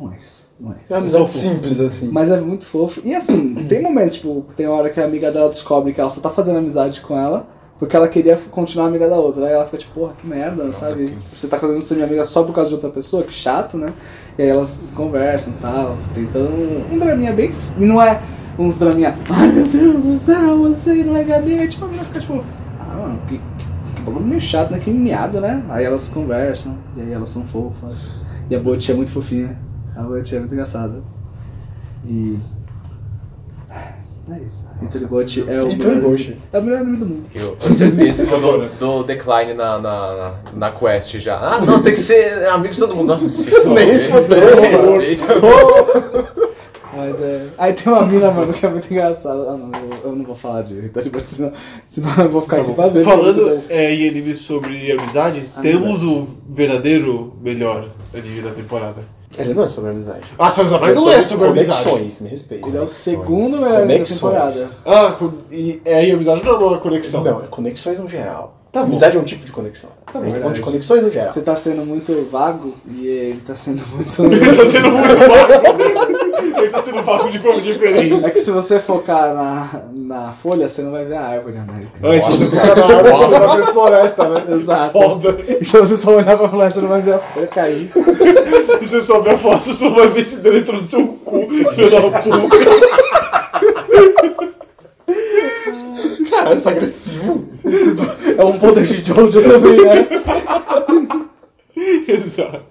Speaker 6: Não é isso. Não é isso.
Speaker 2: É uma amizade simples, assim.
Speaker 6: Mas é muito fofo. E assim, tem momentos, tipo, tem hora que a amiga dela descobre que ela só tá fazendo amizade com ela, porque ela queria f- continuar amiga da outra. Aí ela fica tipo, porra, que merda, sabe? Você tá fazendo ser minha amiga só por causa de outra pessoa, que chato, né? E aí elas conversam e tal. Tem todo um, um draminha bem. f- E não é uns draminha, ai meu Deus do céu, você não é Gabi. Aí tipo, a menina fica tipo, ah, mano, que, que, que bagulho meio chato, né? Que miado, né? Aí elas conversam, e aí elas são fofas. E a Bote é muito fofinha. A Bote é muito engraçada. E. É isso. Hitoribot é o melhor.
Speaker 2: Itoribo.
Speaker 6: É o melhor anime do mundo.
Speaker 5: Eu acertei que eu dou, dou decline na, na, na- na quest já. Ah, não, você tem que ser amigo de todo mundo. Não, se for,
Speaker 2: Nem
Speaker 5: você-
Speaker 2: fodeu, mano.
Speaker 5: Respeita.
Speaker 6: Mas é. Aí tem uma mina, mano, que é muito engraçada. Ah, não, eu, eu não vou falar de Hitoribot, senão, senão eu vou ficar
Speaker 2: Tá
Speaker 6: aqui fazendo. né?
Speaker 4: Falando é, em anime sobre amizade, temos o verdadeiro melhor anime da temporada.
Speaker 2: Ele não é sobre amizade.
Speaker 4: Ah, Sansa Mar não
Speaker 2: Ele
Speaker 4: é sobre amizade.
Speaker 2: Conexões, me respeita.
Speaker 6: Ele é o segundo melhor anime da
Speaker 2: Conexões.
Speaker 6: temporada.
Speaker 4: Ah, con- e, é em amizade não é uma conexão.
Speaker 2: Não, é conexões no geral.
Speaker 4: Tá bom.
Speaker 2: amizade é um tipo de conexão. Tá
Speaker 4: bom,
Speaker 2: a gente tá falando de
Speaker 4: verdade.
Speaker 2: conexões no geral.
Speaker 6: Você tá sendo muito vago e ele tá sendo muito.
Speaker 4: Ele tá sendo muito vago. Ele tá sendo vago de forma diferente.
Speaker 6: É que se você focar na, na folha, você não vai ver a árvore, né?
Speaker 4: Antes você fica na árvore, você vai pra floresta, né?
Speaker 6: Exato.
Speaker 4: Foda.
Speaker 6: E se você só olhar pra folha, você não vai ver a folha cair.
Speaker 4: E você sobe a foto, você só vai ver se dentro do seu cu, filho da puta.
Speaker 2: Caralho, você tá agressivo.
Speaker 6: É um poder de Jojo também, né?
Speaker 4: Exato.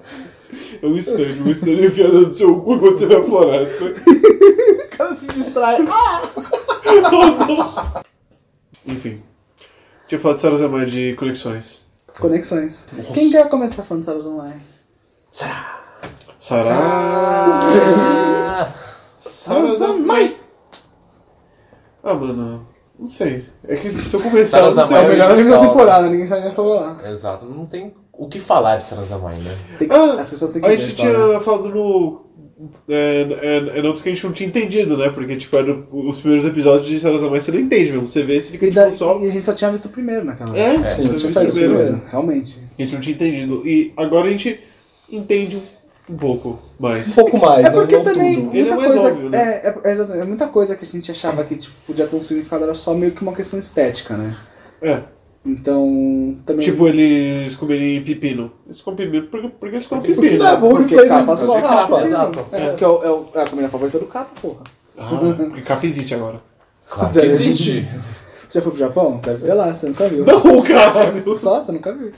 Speaker 4: É um estranho, um estranho enfiado dentro do seu cu quando você vê a floresta.
Speaker 6: O cara se distrai. Ah!
Speaker 4: Enfim. Tinha falado de Sarazamai de conexões.
Speaker 6: Conexões. Quem quer começar falando de Saros Online?
Speaker 4: Sará.
Speaker 6: Sarazamai!
Speaker 4: Ah, mano. Não sei. É que se eu começar.
Speaker 5: Sarazamai
Speaker 4: não
Speaker 6: É
Speaker 4: tem-
Speaker 6: o melhor anime da
Speaker 5: Salva.
Speaker 6: temporada, ninguém sabe nem falar.
Speaker 5: Exato, não tem o que falar de Sarazamai, né?
Speaker 6: Tem que,
Speaker 4: Ah,
Speaker 6: as pessoas têm que
Speaker 4: A
Speaker 6: ver né?
Speaker 4: gente
Speaker 6: a história.
Speaker 4: tinha falado no. É, é, é noto que a gente não tinha entendido, né? Porque, tipo, era os primeiros episódios de Sarazamai você não entende mesmo. Você vê e você fica
Speaker 6: E,
Speaker 4: tipo,
Speaker 6: daí-
Speaker 4: só.
Speaker 6: e a gente só tinha visto o primeiro naquela
Speaker 4: É,
Speaker 6: época.
Speaker 4: você
Speaker 6: Não
Speaker 4: vê
Speaker 6: tinha saído o
Speaker 4: primeiro.
Speaker 6: primeiro, realmente.
Speaker 4: A gente não tinha entendido. E agora a gente entende um, um pouco
Speaker 2: Um
Speaker 4: mais.
Speaker 2: pouco mais,
Speaker 6: É
Speaker 2: né?
Speaker 6: porque
Speaker 2: não
Speaker 6: também
Speaker 2: tudo.
Speaker 6: muita
Speaker 4: Ele é mais
Speaker 6: coisa.
Speaker 4: óbvio, né?
Speaker 6: é, é- é exatamente, é muita coisa que a gente achava que tipo, podia ter um significado era só meio que uma questão estética, né?
Speaker 4: É.
Speaker 6: Então. Também.
Speaker 4: Tipo, eles comerem pepino. Eles comem pepino porque, porque eles comem
Speaker 5: Porque
Speaker 4: pepino.
Speaker 2: Tá bom,
Speaker 6: porque
Speaker 2: ele-
Speaker 6: capas
Speaker 5: porque
Speaker 6: gostam,
Speaker 5: capa,
Speaker 6: né?
Speaker 5: exato.
Speaker 6: É, porque é, o- é o- é a comida favorita do capa, porra.
Speaker 4: Ah, porque capa existe agora.
Speaker 5: Claro que existe.
Speaker 6: Você já foi pro Japão? Deve ter lá, você nunca viu.
Speaker 4: Não, caralho!
Speaker 6: Só, você nunca viu.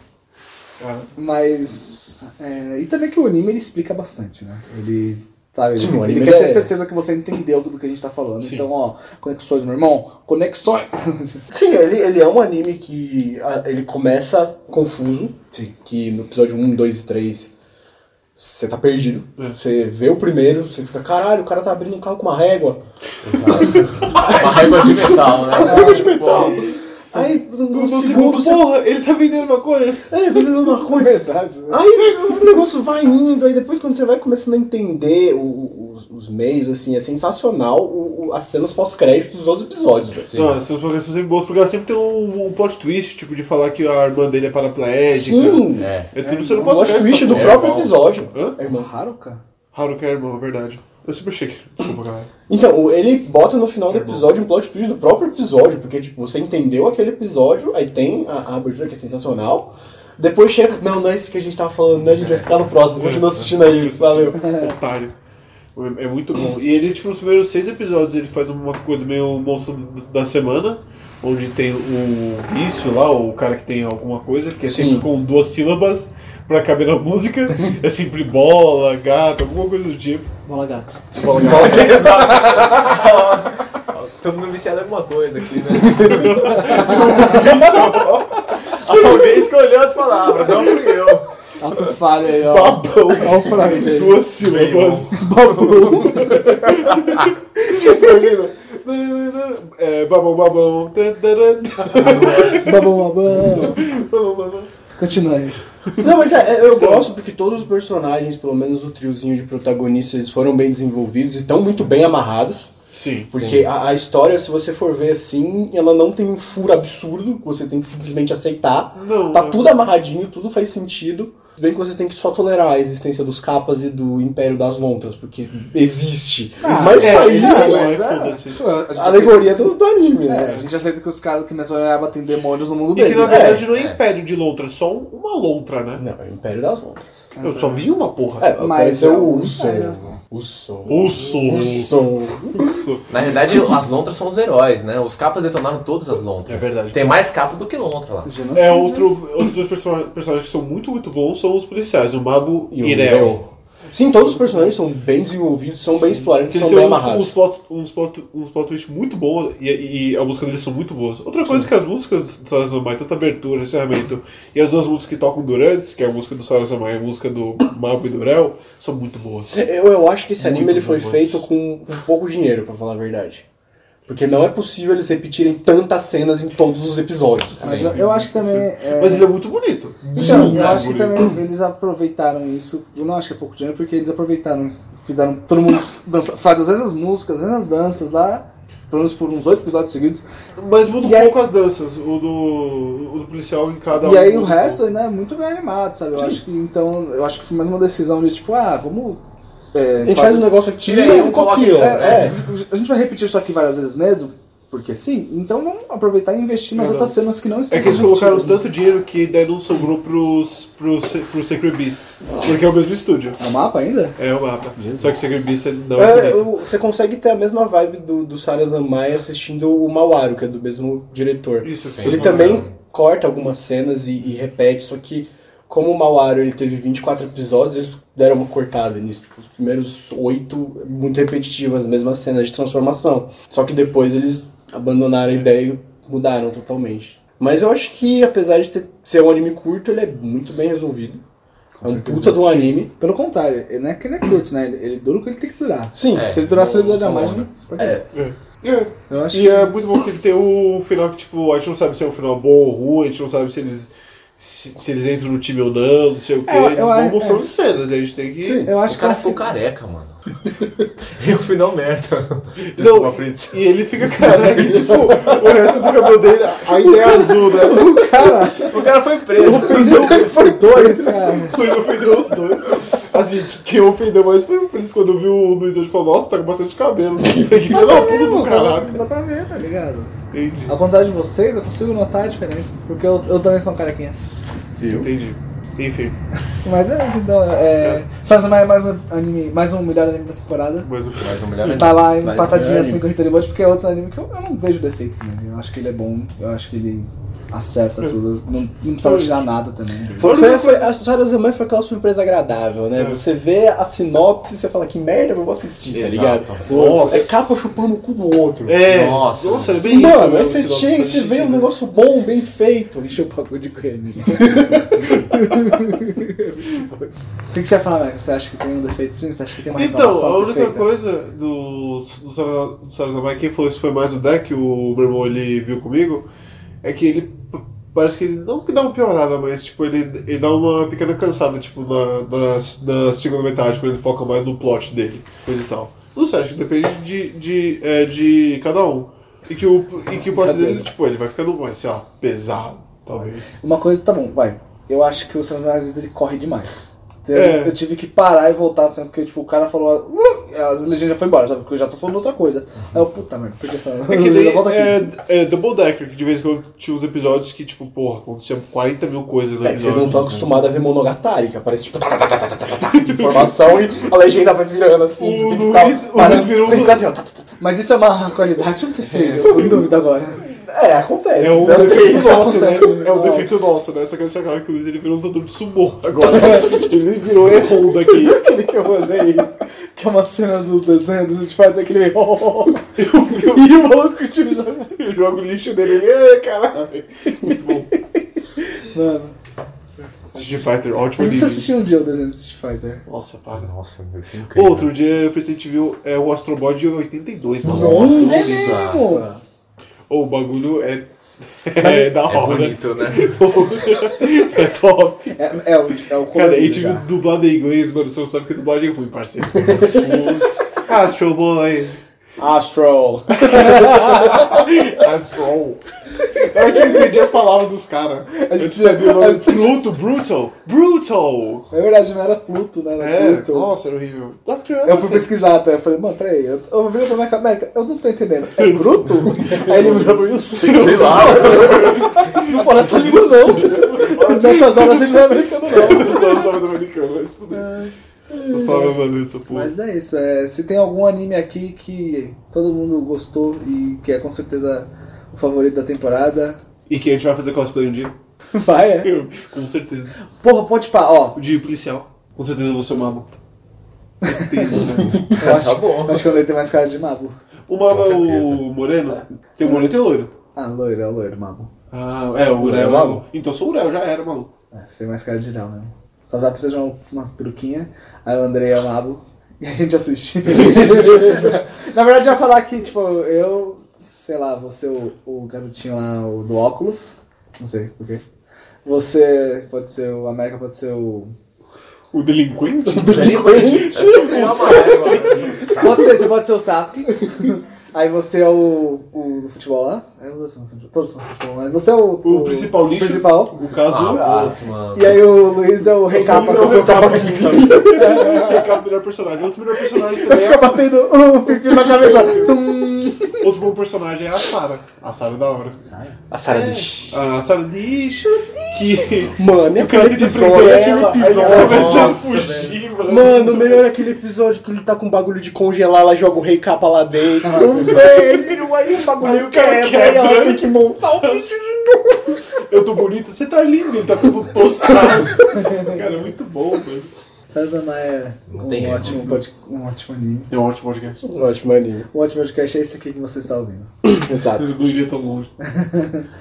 Speaker 4: Ah,
Speaker 6: Mas. é, e também que o anime ele explica bastante, né? Ele Sabe? Ele,
Speaker 2: Sim, o
Speaker 6: ele
Speaker 2: anime
Speaker 6: quer ter
Speaker 2: é-
Speaker 6: certeza que você entendeu do que a gente tá falando. Então, ó, conexões, meu irmão. Conexões!
Speaker 2: Sim, ele, ele é um anime que ah, ele começa confuso.
Speaker 6: Sim.
Speaker 2: Que no episódio 1, 2 e 3 você tá perdido.
Speaker 4: É.
Speaker 2: Você vê o primeiro, você fica, caralho, o cara tá abrindo um carro com uma régua.
Speaker 5: Uma raiva de metal, né? Raiva de metal.
Speaker 2: Aí, no, no
Speaker 4: No
Speaker 2: segundo,
Speaker 4: segundo, porra, ele tá vendendo maconha.
Speaker 2: você- É, você fez uma coisa.
Speaker 6: Verdade, né?
Speaker 2: Aí o negócio vai indo, aí depois quando você vai começando a entender o- o- os, os meios, assim, é sensacional o- o- as cenas pós-créditos dos outros episódios. assim. velho.
Speaker 5: Sim.
Speaker 4: Não, essas progressões são sempre boas, porque ela sempre tem um, um plot twist, tipo, de falar que a irmã dele é paraplégica.
Speaker 2: Sim,
Speaker 5: É.
Speaker 4: É tudo você
Speaker 2: o
Speaker 4: não pode
Speaker 2: plot twist do
Speaker 5: É,
Speaker 2: próprio
Speaker 5: irmão.
Speaker 2: episódio.
Speaker 4: Hã?
Speaker 2: É, irmão.
Speaker 6: Haruka?
Speaker 4: Haruka é irmão, é verdade. Eu super chique. Desculpa, galera.
Speaker 2: Então, o- ele bota no final do episódio um plot twist do próprio episódio, porque tipo, você entendeu aquele episódio, aí tem a, a abertura que é sensacional. Depois chega, não, não é isso que a gente tava falando, né? A gente vai ficar no próximo, continua assistindo aí, valeu.
Speaker 4: É. Otário. É é muito bom. E ele, tipo, nos primeiros seis episódios, ele faz uma coisa meio um monstro da semana, onde tem o vício lá, o cara que tem alguma coisa, que é
Speaker 2: Sim.
Speaker 4: sempre com duas sílabas pra caber na música. É sempre bola, gato, alguma coisa do tipo.
Speaker 6: Bola gata.
Speaker 4: Bola, gato.
Speaker 2: Fala que é exato.
Speaker 5: Todo mundo viciado em alguma coisa aqui, né? Alguém escolheu as palavras, não fui eu.
Speaker 6: Alto falha aí, ó.
Speaker 4: Babão.
Speaker 6: Ó o Freud aí.
Speaker 4: Duas sílabas. Babão. É, babão, babão.
Speaker 6: Babão, babão.
Speaker 4: Babão, babão.
Speaker 6: Continua aí.
Speaker 2: Não, mas é, é, eu gosto porque todos os personagens, pelo menos o triozinho de protagonistas, eles foram bem desenvolvidos e estão muito bem amarrados.
Speaker 4: Sim.
Speaker 2: Porque a, a história, se você for ver assim, ela não tem um furo absurdo que você tem que simplesmente aceitar.
Speaker 4: Não, né?
Speaker 2: Tá
Speaker 4: não.
Speaker 2: tudo amarradinho, tudo faz sentido. Se Bem que você tem que só tolerar a existência dos capas e do Império das Lontras, porque existe. mas
Speaker 4: é,
Speaker 2: só
Speaker 4: ele
Speaker 2: isso.
Speaker 4: não é.
Speaker 6: mas
Speaker 4: foda-se.
Speaker 6: tipo, a gente
Speaker 2: A alegoria do, do anime,
Speaker 6: aceita- É,
Speaker 2: né?
Speaker 6: a gente aceita que os caras que Mesoraba tem demônios no mundo
Speaker 4: E que na
Speaker 6: deles.
Speaker 2: É.
Speaker 4: verdade não é império de lontra, é só um- uma lontra, né?
Speaker 2: Não, é o Império das Lontras.
Speaker 4: Eu só vi uma porra.
Speaker 2: É,
Speaker 6: Mas
Speaker 2: apareceu
Speaker 6: é
Speaker 2: o
Speaker 6: um
Speaker 2: Uso.
Speaker 6: império.
Speaker 2: Uso.
Speaker 4: Urso.
Speaker 5: Na verdade, as lontras são os heróis, né? Os capas detonaram todas as lontras.
Speaker 4: É verdade.
Speaker 5: Tem mais capa do que lontra lá.
Speaker 6: Genocídio.
Speaker 4: É, outro, outros dois person- personagens que são muito, muito bons são os policiais, o Mabu
Speaker 2: E
Speaker 4: e
Speaker 2: o
Speaker 4: o Irel.
Speaker 2: Sim, todos os personagens são bem desenvolvidos, são bem explorados,
Speaker 4: Que
Speaker 2: são
Speaker 4: eles
Speaker 2: bem
Speaker 4: têm um uns, uns,
Speaker 2: amarrados.
Speaker 4: plot, uns, plot, uns plot twists muito bons e, e a música deles são muito boas. Outra coisa é que as músicas do Sarazamai, tanto a abertura, encerramento, e as duas músicas que tocam durante, que é a música do Sarazamai e a música do Mabu e do Irel, são muito boas.
Speaker 2: Eu, eu acho que esse anime
Speaker 4: Muito
Speaker 2: ele foi
Speaker 4: bom,
Speaker 2: feito
Speaker 4: mas-
Speaker 2: com, com pouco dinheiro, pra falar a verdade. Porque não é possível eles repetirem tantas cenas em todos os episódios. cara.
Speaker 6: Mas eu, eu acho que também. é,
Speaker 4: Mas ele é muito bonito.
Speaker 6: Então,
Speaker 4: Muito
Speaker 6: eu acho que
Speaker 4: bonito.
Speaker 6: também eles aproveitaram isso. Eu não acho que é pouco dinheiro, porque eles aproveitaram, fizeram. Todo mundo dança, faz as mesmas músicas, as mesmas danças lá, pelo menos por uns oito episódios seguidos.
Speaker 4: Mas muda um
Speaker 6: E aí-
Speaker 4: pouco as danças, o do, o do policial em cada
Speaker 6: e
Speaker 4: um.
Speaker 6: aí o resto ainda é muito bem animado, sabe? Eu acho que então. Eu acho que foi mais uma decisão de tipo, ah, vamos. É,
Speaker 2: A gente
Speaker 6: fazer-
Speaker 2: faz um negócio que tira
Speaker 5: Tira
Speaker 2: e
Speaker 5: um,
Speaker 2: um
Speaker 5: coloca
Speaker 2: copia.
Speaker 5: outro,
Speaker 2: outro.
Speaker 6: É,
Speaker 2: É.
Speaker 6: a gente vai repetir isso aqui várias vezes mesmo, porque sim, então vamos aproveitar e investir nas
Speaker 4: Não,
Speaker 6: outras cenas que não estão
Speaker 4: É que eles
Speaker 6: repetidas.
Speaker 4: colocaram tanto dinheiro que daí não sobrou pros, pros, pros Sacred Beasts. Porque é o mesmo estúdio.
Speaker 6: No mapa ainda?
Speaker 4: É o mapa. Só que Sacred Beasts ele não é,
Speaker 2: É,
Speaker 4: bonito.
Speaker 2: o- você consegue ter a mesma vibe do, do Sarazamai assistindo o Mawaru, que é do mesmo diretor.
Speaker 4: Isso, isso
Speaker 2: ele
Speaker 4: é
Speaker 2: também
Speaker 4: bom.
Speaker 2: corta algumas cenas e, e repete, só que como o Mawaru ele teve 24 episódios, eles deram uma cortada nisso. Tipo, os primeiros oito é muito repetitivas, as mesmas cenas de transformação. Só que depois eles abandonaram a ideia e mudaram totalmente. Mas eu acho que, apesar de ter- ser um anime curto, ele é muito bem resolvido. É um puta de um anime.
Speaker 6: Pelo contrário, não é que ele é curto, né? Ele, ele dura o que ele tem que durar.
Speaker 2: Sim,
Speaker 5: É.
Speaker 6: Se ele durasse ele duraria
Speaker 5: Tá
Speaker 6: mais,
Speaker 5: bom,
Speaker 6: né?
Speaker 5: né?
Speaker 6: É.
Speaker 4: É.
Speaker 6: Eu acho
Speaker 4: E é muito bom que ele tem o final que, tipo, a gente não sabe se é um final bom ou ruim, a gente não sabe se eles. Se, se eles entram no time ou não, não sei o que,
Speaker 6: É, eu-
Speaker 4: eles
Speaker 6: eu
Speaker 4: vão
Speaker 6: acho-
Speaker 4: mostrando cenas, e a gente tem que.
Speaker 6: que... Eu acho
Speaker 5: o cara
Speaker 6: que é um
Speaker 5: ficou
Speaker 6: fi-
Speaker 5: careca, mano. e o final um merda.
Speaker 4: Não,
Speaker 5: Desculpa, Fritz.
Speaker 4: e ele fica, cara, é isso, o resto do cabelo dele ainda é azul, né?
Speaker 5: O cara foi preso.
Speaker 6: dois, cara.
Speaker 4: Foi ele ofendeu os dois. Assim, quem ofendeu mais foi o Feliz quando eu vi o Luiz hoje falou, nossa, tá com bastante cabelo. Que filho
Speaker 6: Tá
Speaker 4: da puta do
Speaker 6: Dá,
Speaker 4: caralho.
Speaker 6: dá pra ver, tá ligado?
Speaker 4: Entendi,
Speaker 6: Ao contrário de vocês, eu consigo notar a diferença. Porque eu, eu também sou um carequinha.
Speaker 2: viu?
Speaker 4: entendi. Enfim,
Speaker 6: Mas é, então, é. Sansama é mais um anime, mais um melhor anime da temporada.
Speaker 4: mas o
Speaker 5: Mais um melhor
Speaker 6: Tá lá
Speaker 5: Mais um
Speaker 6: empatadinho
Speaker 5: melhor
Speaker 6: assim
Speaker 5: anime.
Speaker 6: com o Hitler Bolt, porque é outro anime que eu, eu não vejo defeitos nele. Eu acho que ele é bom, eu acho que ele acerta tudo. Não, não precisava tirar nada também.
Speaker 2: Foi, foi, foi, a Senhora Zemã foi aquela surpresa agradável,
Speaker 4: É.
Speaker 2: né? Você vê a sinopse e você fala que merda eu vou assistir, tá
Speaker 5: Exato.
Speaker 2: ligado?
Speaker 4: Nossa.
Speaker 2: É capa chupando o cu do outro.
Speaker 4: É.
Speaker 5: Nossa.
Speaker 4: Nossa, é bem isso.
Speaker 2: Mano, aí
Speaker 4: mesmo,
Speaker 2: você
Speaker 4: esse
Speaker 2: chega e
Speaker 4: nosso
Speaker 2: você vê
Speaker 4: sentido. né?
Speaker 2: um negócio bom, bem feito.
Speaker 6: Encheu o papo de creme. o que, que você vai falar, Marcos? Você acha que tem um defeito sim? Você acha que tem uma
Speaker 4: Então,
Speaker 6: reclamação
Speaker 4: a
Speaker 6: a ser
Speaker 4: única
Speaker 6: feita?
Speaker 4: coisa do, do, Sara- do Sarazamai, quem falou isso foi mais o deck, o meu irmão ele viu comigo, é que ele p- parece que ele não que dá uma piorada, mas tipo, ele, ele dá uma pequena cansada, tipo, na, na, na segunda metade, quando ele foca mais no plot dele, coisa e tal. Não sei, acho que depende de, de, é, de cada um. E que o, e que o plot dele, tipo, ele vai ficando mais, sei lá, pesado, talvez.
Speaker 6: Uma coisa, tá bom, vai. Eu acho que o Sam Raimi, às vezes ele corre demais. Tem
Speaker 4: É.
Speaker 6: vezes- Eu tive que parar e voltar, sendo que tipo, o cara falou. "Uh", As legendas já foi embora, sabe? Porque eu já tô falando outra coisa. Aí eu, puta merda, porque essa
Speaker 4: É que
Speaker 6: legenda
Speaker 4: daí,
Speaker 6: volta aqui.
Speaker 4: é, é Double Decker, que de vez em quando tinha uns episódios que, tipo, porra, acontecia 40 mil coisas no
Speaker 2: É que vocês não
Speaker 4: episódio.
Speaker 2: estão acostumados a ver Monogatari, que aparece tipo tá, tá, tá, tá, tá, tá, tá, de informação e a legenda vai virando assim. você
Speaker 4: O
Speaker 2: tem que
Speaker 4: Luiz-
Speaker 2: ficar,
Speaker 4: o Luiz
Speaker 2: parece-
Speaker 4: virou
Speaker 2: você tem
Speaker 4: um-
Speaker 2: que ficar assim, ó. tá, tá, tá,
Speaker 6: Mas isso é uma qualidade ou um defeito? Eu tô em dúvida agora.
Speaker 2: tá. É, acontece.
Speaker 4: É um
Speaker 2: eu sei,
Speaker 4: defeito
Speaker 2: isso
Speaker 4: nosso, né?
Speaker 2: acontece.
Speaker 4: É um defeito nosso, né? Só que eu achei claro que o Luiz ele virou um lutador de sumô agora. ele virou E-Honda aqui.
Speaker 6: Aquele que eu olhei, que é uma cena do desenho do Street Fighter, aquele. e
Speaker 4: um
Speaker 6: o maluco tipo, joga.
Speaker 4: Ele joga o lixo dele. Ele, "Ê, caralho. Muito bom.
Speaker 6: Mano,
Speaker 4: Street Fighter,
Speaker 6: eu
Speaker 4: ótimo anime.
Speaker 6: preciso assistir um dia o desenho do Street Fighter.
Speaker 4: Nossa, para.
Speaker 5: Nossa, deve ser é incrível.
Speaker 4: Outro dia eu fui sentir viu, é, o Astro Boy de 82, mano.
Speaker 6: é
Speaker 4: Nossa.
Speaker 6: mesmo?
Speaker 4: Ô, o bagulho é... É da
Speaker 5: É
Speaker 4: hora.
Speaker 5: bonito, né?
Speaker 4: é top.
Speaker 6: É, é, o, é
Speaker 4: Cara, e
Speaker 6: o colorido
Speaker 4: tive
Speaker 6: já.
Speaker 4: dublado em inglês, mano. Você não sabe que dublagem é ruim, parceiro. Putz. Astro Boy.
Speaker 6: Astro.
Speaker 4: Astro. Eu tinha que pedir as palavras dos caras. Eu gente
Speaker 6: gente-
Speaker 4: sabia o nome.
Speaker 6: a gente-
Speaker 4: Pluto, Brutal. Brutal.
Speaker 6: Na verdade, não era Pluto, né? Era
Speaker 4: É,
Speaker 6: Pluto.
Speaker 4: nossa, era horrível. Tá né?
Speaker 6: Eu fui pesquisar até, eu falei, mano, peraí, eu, eu vi pra minha cabeça, eu não tô entendendo. É bruto? Aí ele virou pra mim, sei lá. Não fala essa língua, não. Nessas horas ele não é americano, não.
Speaker 4: Eu sou só mais americano, mas fudeu. Essas palavras valeu, essa porra.
Speaker 6: Mas é isso, é, se tem algum anime aqui que todo mundo gostou e que é com certeza o favorito da temporada,
Speaker 4: E que a gente vai fazer cosplay um dia?
Speaker 6: vai, é.
Speaker 4: Eu, com certeza.
Speaker 6: Porra, pode pá, ó,
Speaker 4: De policial. Com certeza eu vou ser o Mabo. Certeza, né?
Speaker 6: eu acho,
Speaker 5: Tá bom.
Speaker 6: acho que eu tem mais cara de Mabo.
Speaker 4: O Mabo
Speaker 5: Com
Speaker 4: é
Speaker 5: certeza.
Speaker 4: o moreno? Tem o moreno e tem o loiro.
Speaker 6: Ah, loiro, é o loiro, Mabo.
Speaker 4: Ah, é, o Urel é o Mabo. Então eu sou o Urel, já era, maluco.
Speaker 6: É, você tem mais cara de Down mesmo. Só dá pra você jogar um- uma peruquinha, aí o André é o Mabo, e a gente assiste. Na verdade, eu ia falar que, tipo, eu, sei lá, você, o, o garotinho lá o do óculos, não sei porquê. Você pode ser o América, pode ser o.
Speaker 4: O delinquente?
Speaker 5: É sempre um amarelo.
Speaker 6: Pode ser, você pode ser o Sasuke. Aí você é o, o do futebol lá. É, os dois são do futebol, todos são do futebol, mas você é o.
Speaker 4: O principal lixo.
Speaker 6: principal.
Speaker 4: O caso.
Speaker 5: Ah, putz, mano.
Speaker 6: E aí o Luiz é o
Speaker 4: Eu sou
Speaker 6: recapa.
Speaker 4: o
Speaker 6: você é o
Speaker 4: Recapa
Speaker 6: capa-
Speaker 4: King. Recapa melhor personagem. Outro melhor personagem também é
Speaker 6: Fica
Speaker 4: a...
Speaker 6: batendo o pipi na cabeça. Tum.
Speaker 4: Outro bom personagem é a Sarah. A Sarah é da hora.
Speaker 2: A Sarah diz.
Speaker 4: A Sarah lixo. Que.
Speaker 2: Mano, é
Speaker 4: O cara
Speaker 2: aquele
Speaker 4: que
Speaker 2: episódio, é aquele
Speaker 4: prendeu ela, aí
Speaker 2: episódio.
Speaker 4: Ela começou a
Speaker 5: Nossa,
Speaker 4: fugir, mano.
Speaker 2: Mano, o melhor é aquele episódio que ele tá com um bagulho de congelar, ela joga o rei capa lá dentro. Velho, Ah, aí o bagulho
Speaker 4: cara
Speaker 2: quebra, e ela
Speaker 4: quebra.
Speaker 2: tem que montar o
Speaker 4: Eu tô bonito, você tá lindo. Ele tá todo toscado. Cara, é muito bom, velho.
Speaker 6: Sazama é
Speaker 5: Não
Speaker 6: um,
Speaker 5: tem erro.
Speaker 6: ótimo pod- um ótimo anime.
Speaker 4: É um ótimo podcast.
Speaker 2: Ótimo anime.
Speaker 6: Um ótimo podcast é esse aqui que você está ouvindo.
Speaker 2: Exato.
Speaker 4: Eu não iria tão longe.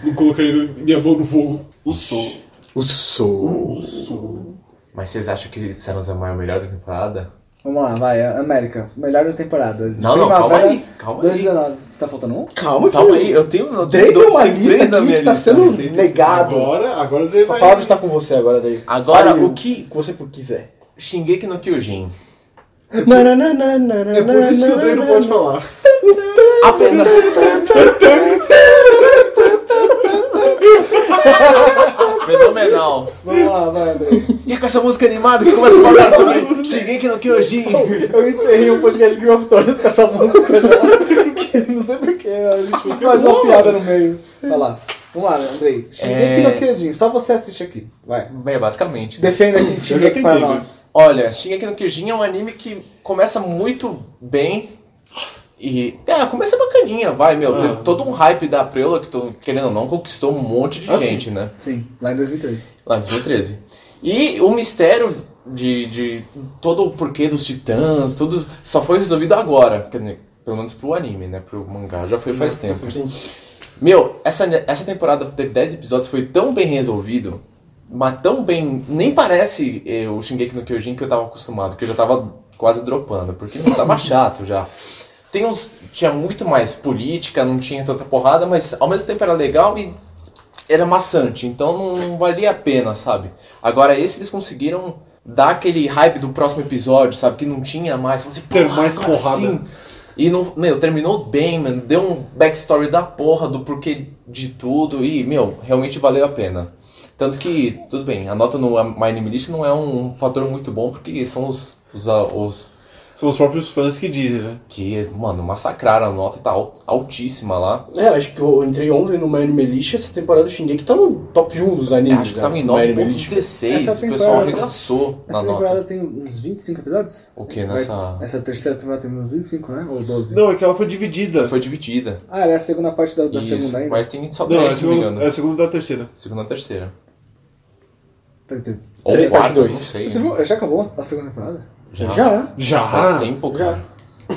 Speaker 4: Não colocaria minha mão no fogo. O som.
Speaker 2: O Soul.
Speaker 4: O som.
Speaker 5: Mas vocês acham que Sanos Amor é o melhor da temporada?
Speaker 6: Vamos lá, vai. América, melhor da temporada. De
Speaker 5: Não, não, calma
Speaker 6: primavera,
Speaker 5: aí, calma aí.
Speaker 6: 2019. Você tá faltando um?
Speaker 2: Calma, que
Speaker 5: Calma aí, eu tenho. Eu
Speaker 2: Drake
Speaker 5: tenho
Speaker 2: é uma
Speaker 5: dois- tem três
Speaker 2: lista
Speaker 5: na
Speaker 2: aqui
Speaker 5: minha
Speaker 2: que tá
Speaker 5: lista. né?
Speaker 2: sendo negado.
Speaker 4: Agora, agora ele
Speaker 2: A
Speaker 4: vai.
Speaker 2: palavra está com você agora, Drake.
Speaker 5: Agora,
Speaker 2: Fale
Speaker 5: o que-
Speaker 2: você quiser.
Speaker 5: Shingeki no Kyojin.
Speaker 4: É por isso que o Dre não pode falar.
Speaker 5: Apenas. Fenomenal.
Speaker 6: Vamos lá, vai, André.
Speaker 5: E com essa música animada que começa a falar sobre Shingeki no Kyojin.
Speaker 6: Eu encerrei o podcast Game of Thrones com essa música já. Que não sei porquê, a gente faz uma piada no meio. Vai lá. Vamos lá, Andrei. Shingeki
Speaker 5: É.
Speaker 6: no Kyojin, só você assiste aqui. Vai.
Speaker 5: Bem, basicamente. né?
Speaker 6: Defenda aqui Shingeki pra
Speaker 4: tentei,
Speaker 6: nós.
Speaker 5: Olha, Shingeki no Kyojin é um anime que começa muito bem E, é, começa bacaninha, vai, meu. Tem
Speaker 4: Ah.
Speaker 5: todo um hype da Preula que, tô, querendo ou não, conquistou um monte de
Speaker 4: Ah, sim.
Speaker 5: gente, né?
Speaker 6: Sim, lá em 2013.
Speaker 5: Lá em 2013. E o mistério de, de todo o porquê dos titãs, tudo só foi resolvido agora. Quer dizer, Pelo menos pro anime, né? Pro mangá, já foi faz tempo. Meu, essa, essa temporada teve 10 episódios, foi tão bem resolvido, mas tão bem. Nem parece eh, o Shingeki no Kyojin que eu tava acostumado, que eu já tava quase dropando, porque não tava chato já. Tem uns, tinha muito mais política, não tinha tanta porrada, mas ao mesmo tempo era legal e era maçante, então não valia a pena, sabe? Agora esse eles conseguiram dar aquele hype do próximo episódio, sabe? Que não tinha mais. Você,
Speaker 4: Ter
Speaker 5: "Porra,
Speaker 4: mais
Speaker 5: agora
Speaker 4: porrada."
Speaker 5: sim." E não, meu, terminou bem, mano. Deu um backstory da porra, do porquê de tudo. E, meu, realmente valeu a pena. Tanto que, tudo bem, a nota no My Anime List não é um fator muito bom, porque são os, os, a- os
Speaker 4: São os próprios fãs que dizem, né?
Speaker 5: que, mano, massacraram a nota, tá al- altíssima lá.
Speaker 2: É, acho que eu entrei ontem no My Anime List, essa temporada do Shingeki tá no top 1 dos animes.
Speaker 5: Acho que
Speaker 2: né?
Speaker 5: tava em
Speaker 2: do My Anime List.
Speaker 5: 9.16,
Speaker 6: Essa
Speaker 5: o pessoal
Speaker 6: temporada-
Speaker 5: arregaçou na
Speaker 6: Essa temporada
Speaker 5: nota.
Speaker 6: tem uns 25 episódios?
Speaker 5: O que
Speaker 6: Vai-
Speaker 5: nessa.
Speaker 6: Essa terceira temporada tem uns 25, né? Ou 12?
Speaker 4: Não, é que ela foi dividida.
Speaker 5: Foi dividida.
Speaker 6: Ah, ela é a segunda parte da, da
Speaker 5: Isso,
Speaker 6: segunda ainda.
Speaker 5: mas tem só
Speaker 4: Não, é a
Speaker 5: 10, se não me
Speaker 4: segunda, é
Speaker 5: engano.
Speaker 4: a segunda da terceira.
Speaker 5: Segunda e terceira.
Speaker 6: Peraí, teve-
Speaker 5: Ou
Speaker 2: Três, parte
Speaker 5: quarta, não
Speaker 2: dois.
Speaker 5: sei.
Speaker 6: teve- Já acabou a segunda temporada?
Speaker 2: Já.
Speaker 4: Já?
Speaker 5: Faz tempo, cara.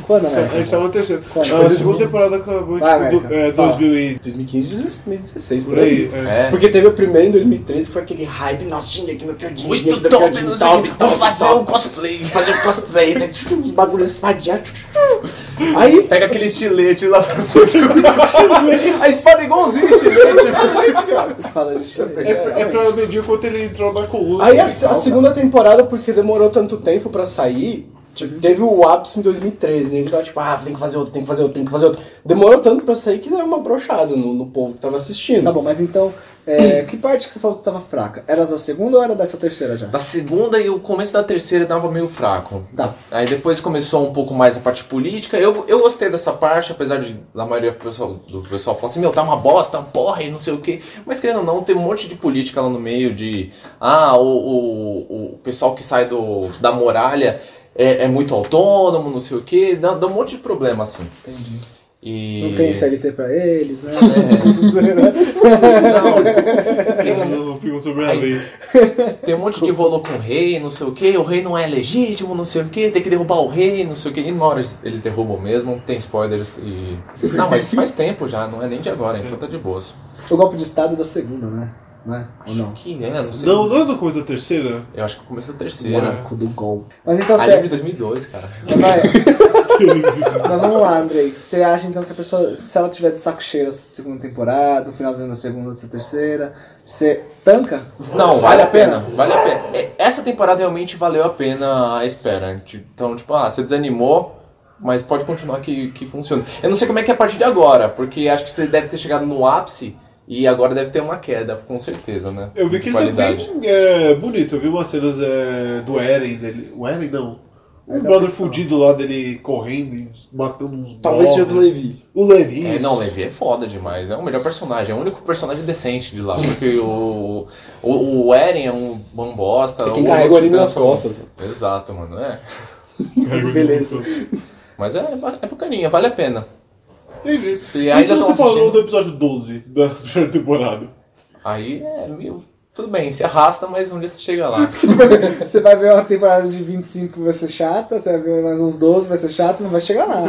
Speaker 6: Quando,
Speaker 4: A gente
Speaker 5: é um-
Speaker 6: né?
Speaker 4: tá na terceira.
Speaker 6: Acho
Speaker 4: a
Speaker 2: que foi
Speaker 4: segunda
Speaker 2: 2000.
Speaker 4: temporada acabou
Speaker 6: Vai,
Speaker 4: em tipo,
Speaker 6: América.
Speaker 4: do- é,
Speaker 6: Fala.
Speaker 4: 2000 e...
Speaker 2: 2015 2016,
Speaker 4: Por aí. é.
Speaker 5: É.
Speaker 2: Porque teve a primeira em 2013, foi aquele hype, nossa, Shingeki no Kyojin, Shingeki no Kyojin, tal, tal,
Speaker 6: um
Speaker 2: tal.
Speaker 5: cosplay.
Speaker 2: fazer cosplay, aí, tchu, tchu, os bagulhos espadeados. tchu, tchu. Aí,
Speaker 5: Pega aquele estilete lá pra fazer com estilete. A espada é igualzinho o estilete.
Speaker 6: Espada de Chile.
Speaker 4: É, pra- é pra medir o quanto ele entrou na coluna.
Speaker 2: aí a, se- a segunda temporada, porque demorou tanto tempo pra sair, tipo, teve o ápice em 2013, né? Ele tava tipo, ah, tem que fazer outro, tem que fazer outro, tem que fazer outro. Demorou tanto pra sair que deu uma brochada no, no povo que tava assistindo.
Speaker 6: Tá bom, mas então, é, que parte que você falou que tava fraca? Era as da segunda ou era dessa terceira já?
Speaker 5: Da segunda e o começo da terceira tava meio fraco.
Speaker 6: Tá.
Speaker 5: Aí depois começou um pouco mais a parte política. Eu, eu gostei dessa parte, apesar de da maioria do pessoal, do pessoal falar assim, meu, tá uma bosta, porra e não sei o quê. Mas querendo ou não, tem um monte de política lá no meio de ah, o, o, o pessoal que sai do, da muralha é, é muito autônomo, não sei o quê. Dá, dá um monte de problema, assim.
Speaker 6: Entendi.
Speaker 5: E... É.
Speaker 6: Não tem CLT pra eles, né?
Speaker 5: Não, tem-
Speaker 4: Não ficam sobre a lei.
Speaker 5: tem um monte de rolo com o rei, não sei o que, o rei não é legítimo, não sei o que, tem que derrubar o rei, não sei o que. E na hora eles- eles derrubam mesmo, tem spoilers e. Não, mas faz tempo já, não é nem de agora, então tá de boas.
Speaker 6: o golpe de estado é da segunda, né? Né? Ou
Speaker 5: Acho
Speaker 6: não?
Speaker 5: que é, não sei.
Speaker 4: Não, não é no começo da terceira?
Speaker 5: Eu acho que começou a
Speaker 6: O
Speaker 5: terceira.
Speaker 6: arco do golpe. Mas então,
Speaker 5: Ali é de
Speaker 6: você...
Speaker 5: 2002, cara.
Speaker 6: Mas, vai- mas vamos lá, Andrei. Você acha então que a pessoa, se ela tiver de saco cheio essa segunda temporada, o finalzinho da segunda, dessa terceira, você tanca?
Speaker 5: Não, vale a pena, vale a pena. E- Essa temporada realmente valeu a pena a espera. Então, tipo, ah, você desanimou, mas pode continuar que, que funciona. Eu não sei como é que é a partir de agora, porque acho que você deve ter chegado no ápice e agora deve ter uma queda, com certeza, né?
Speaker 4: Eu vi que
Speaker 5: De
Speaker 4: ele
Speaker 5: qualidade.
Speaker 4: tá bem é, bonito. Eu vi umas cenas é, do Eren dele. O Eren não. Um
Speaker 6: Ele é
Speaker 4: brother
Speaker 6: pessoal.
Speaker 4: fudido lá dele correndo e matando uns
Speaker 2: Talvez seja
Speaker 4: mobs.
Speaker 2: do Levi.
Speaker 4: O Levi.
Speaker 5: É,
Speaker 4: isso.
Speaker 5: não, o Levi é foda demais. É o melhor personagem, é o único personagem decente de lá. Porque o, o, o Eren é um bom bosta.
Speaker 2: É quem
Speaker 5: o
Speaker 2: carrega o anime
Speaker 5: Titã
Speaker 2: nas
Speaker 5: são-
Speaker 2: costas.
Speaker 5: Exato, mano, é.
Speaker 6: Beleza.
Speaker 5: Mas é, é bacaninha, vale a pena.
Speaker 4: Entendi.
Speaker 5: Se
Speaker 4: E
Speaker 5: ainda
Speaker 4: se
Speaker 5: tão
Speaker 4: você falou
Speaker 5: assistindo-
Speaker 4: do episódio 12 da primeira temporada?
Speaker 5: Aí é meio. Tudo bem, se arrasta, mas um dia você chega lá.
Speaker 6: Você vai ver uma temporada de 25 vai ser chata, você vai ver mais uns 12 vai ser chato, não vai chegar lá.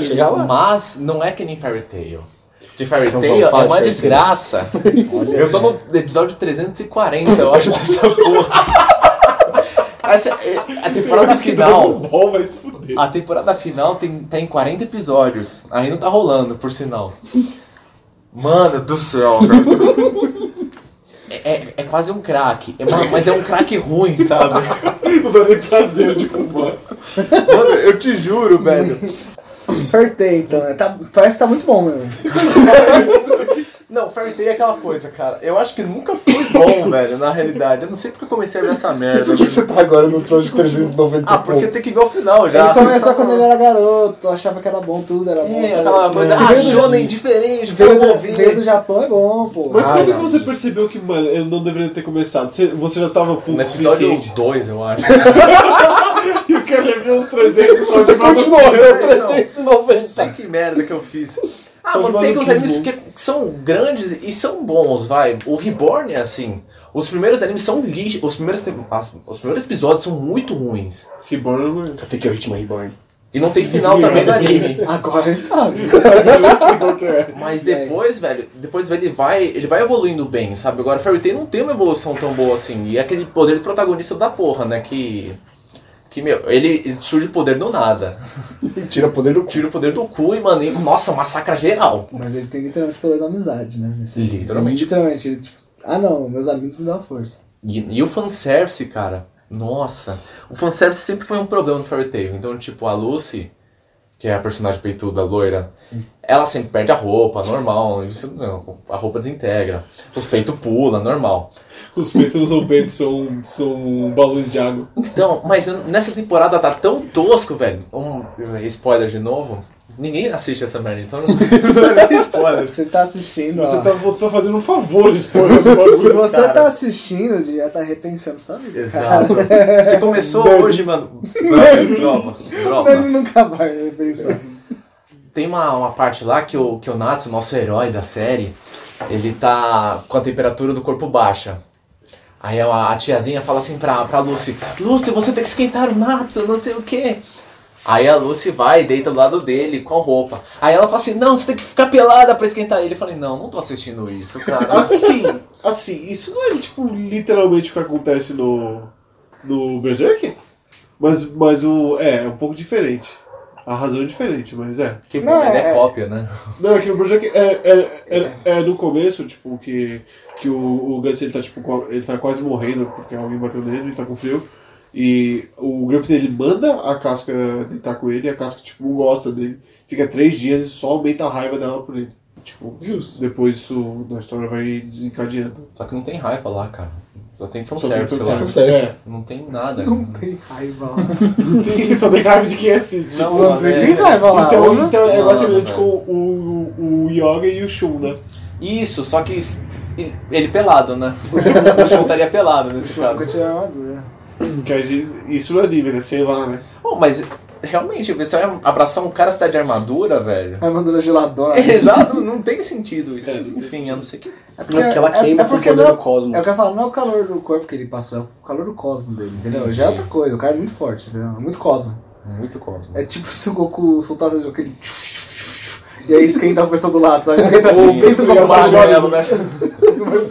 Speaker 2: Chegar lá.
Speaker 5: Mas não é que nem Fairy Tail. De Fairy
Speaker 2: Então
Speaker 5: Tail
Speaker 2: vamos
Speaker 5: é
Speaker 2: falar
Speaker 5: uma
Speaker 2: de Fairy Tail.
Speaker 5: desgraça. eu tô no episódio 340, eu acho, dessa porra. Essa- é- a temporada
Speaker 4: Parece que Dragon
Speaker 5: final.
Speaker 4: Ball Então, vai se fuder.
Speaker 5: A temporada final tem, tá em 40 episódios. Ainda tá rolando, por sinal. Mano do céu, cara. É, é- é quase um crack. É uma- mas é um crack ruim, sabe?
Speaker 4: Não dá nem prazer de fumar.
Speaker 5: Mano, eu te juro, velho.
Speaker 6: Fartei, então. né? Tá- parece que tá muito bom mesmo.
Speaker 5: Não, Fairy Tail é aquela coisa, cara. Eu acho que nunca foi bom, velho, na realidade. Eu não sei porque eu comecei a ver essa merda.
Speaker 2: Por que você tá agora no episódio 390
Speaker 5: Ah, porque
Speaker 2: pontos?
Speaker 5: tem que ver o final já.
Speaker 6: Ele começou quando ele era garoto, achava que era bom tudo, era bom.
Speaker 5: É,
Speaker 6: sabe?
Speaker 5: aquela coisa,
Speaker 6: Se
Speaker 5: ah,
Speaker 6: né? veio do-
Speaker 5: Shonen diferente,
Speaker 6: veio,
Speaker 5: vamos
Speaker 6: do,
Speaker 5: ouvir.
Speaker 6: veio do Japão é bom, pô.
Speaker 4: Mas
Speaker 2: Ah,
Speaker 4: quando que
Speaker 2: não.
Speaker 4: você percebeu que, mano, eu
Speaker 5: Um
Speaker 4: não deveria ter começado? Você, você já tava full
Speaker 5: No
Speaker 4: o
Speaker 5: episódio
Speaker 4: suficiente.
Speaker 5: 2, eu acho.
Speaker 4: E o eu levei uns 300 só de
Speaker 2: Continuou, deu 390.
Speaker 5: Sei que merda que eu fiz. Ah,
Speaker 4: São
Speaker 5: mano,
Speaker 4: os
Speaker 5: tem uns
Speaker 4: maluquinhos
Speaker 5: animes que, que são grandes e são bons, vai. O Reborn é assim. Os primeiros animes são lixo. Os primeiros, tem- as- os primeiros episódios são muito ruins.
Speaker 4: Reborn eu não lembro.
Speaker 2: Tem que é o Hitman Reborn.
Speaker 5: E não tem final também no anime.
Speaker 6: Agora ele sabe.
Speaker 4: Eu não sei qual que é.
Speaker 5: Mas depois, velho, depois ele vai, ele vai evoluindo bem, sabe? Agora Fairy Tail não tem uma evolução tão boa assim. E é aquele poder de protagonista da porra, né? Que. Que, meu, ele surge o poder do nada.
Speaker 2: Tira poder do cu.
Speaker 5: Tira o poder do cu e, mano, e, nossa, massacra geral.
Speaker 6: Mas ele tem literalmente o poder da amizade, né? Nesse-
Speaker 5: Literalmente.
Speaker 6: Literalmente, ele tipo, ah não, meus amigos me dão força.
Speaker 5: E, e o fanservice, cara, nossa. O fanservice sempre foi um problema no Fairy Tail. Então, tipo, a Lucy, que é a personagem peituda loira, ela sempre perde a roupa, normal. Isso, não, a roupa desintegra. Os peitos pulam, normal.
Speaker 4: Os peitos não são peitos, são, são balões de água.
Speaker 5: Então, mas nessa temporada tá tão tosco, velho. Um, spoiler de novo. Ninguém assiste essa merda, então não.
Speaker 4: Spoiler.
Speaker 6: Você tá
Speaker 5: Ah.
Speaker 6: assistindo,
Speaker 4: Você
Speaker 6: ó.
Speaker 4: tá, você tá fazendo um favor de spoiler do
Speaker 6: Se
Speaker 4: bagulho.
Speaker 6: você
Speaker 5: cara.
Speaker 6: tá assistindo, você já tá repensando, sabe?
Speaker 5: Exato. Você começou hoje, mano. Droga, droga.
Speaker 6: Ele nunca vai repensar.
Speaker 5: Tem uma, uma parte lá que o, que o Natsu, nosso herói da série, ele tá com a temperatura do corpo baixa. Aí a, a tiazinha fala assim pra, pra Lucy, Lucy, você tem que esquentar o Natsu, não sei o quê. Aí a Lucy vai e deita do lado dele com roupa. Aí ela fala assim, não, você tem que ficar pelada pra esquentar ele. Eu falei, não, não tô assistindo isso, cara.
Speaker 4: Assim, assim, isso não é tipo literalmente o que acontece no, no Berserk? Mas, mas o. É, é um pouco diferente. A razão é diferente, mas é.
Speaker 5: Que
Speaker 6: Não,
Speaker 5: bom, ele é,
Speaker 6: é-
Speaker 5: cópia, né?
Speaker 4: Não, é que o Berserk é, é, é, é no começo, tipo, que, que o, o Guts ele tá, tipo, co- ele tá quase morrendo porque alguém bateu nele, ele tá com frio. E o Griffith ele manda a casca deitar com ele e a casca, tipo, não gosta dele. Fica três dias e só aumenta a raiva dela por ele. Tipo, justo. Depois isso na história vai desencadeando.
Speaker 5: Só que não tem raiva lá, cara. Só tem
Speaker 4: Só tem
Speaker 5: fanservice lá.
Speaker 4: fanservice. É.
Speaker 5: Não tem nada.
Speaker 6: Não tem raiva lá.
Speaker 4: Não tem- Só tem raiva de quem assiste.
Speaker 5: Não,
Speaker 6: Não
Speaker 5: mano, é-
Speaker 6: tem raiva lá.
Speaker 4: Então,
Speaker 6: né?
Speaker 4: então é
Speaker 5: Não,
Speaker 4: basicamente
Speaker 5: não,
Speaker 4: com o, o, o Yoga e o Shun, né?
Speaker 5: Isso, só que s- ele, ele pelado, né? O Shun estaria pelado nesse
Speaker 6: Nunca
Speaker 5: caso.
Speaker 6: tive armadura. Hum.
Speaker 4: Que a gente, isso no anime, né? Sei lá, né?
Speaker 5: Bom, Oh, mas realmente, você vai abraçar um cara se tá de armadura, velho?
Speaker 6: Armadura geladona.
Speaker 2: É
Speaker 5: Exato, não tem sentido isso. Mas, enfim, a não ser que.
Speaker 6: É
Speaker 2: Não, porque ela queima com o poder
Speaker 6: não,
Speaker 2: do cosmo.
Speaker 6: É o que eu falo, não é o calor do corpo que ele passou, é o calor do cosmo dele, entendeu? Já é outra coisa, o cara é muito forte, entendeu? É muito cosmo.
Speaker 5: Muito cosmo.
Speaker 6: É tipo se o Goku soltasse aquele. E aí esquenta o pessoal do lado, sabe? Esquenta
Speaker 5: Sim.
Speaker 6: esquenta o
Speaker 4: Obrigado,
Speaker 6: Goku
Speaker 4: Marshall.
Speaker 6: baixo.
Speaker 5: Marshmallow, né?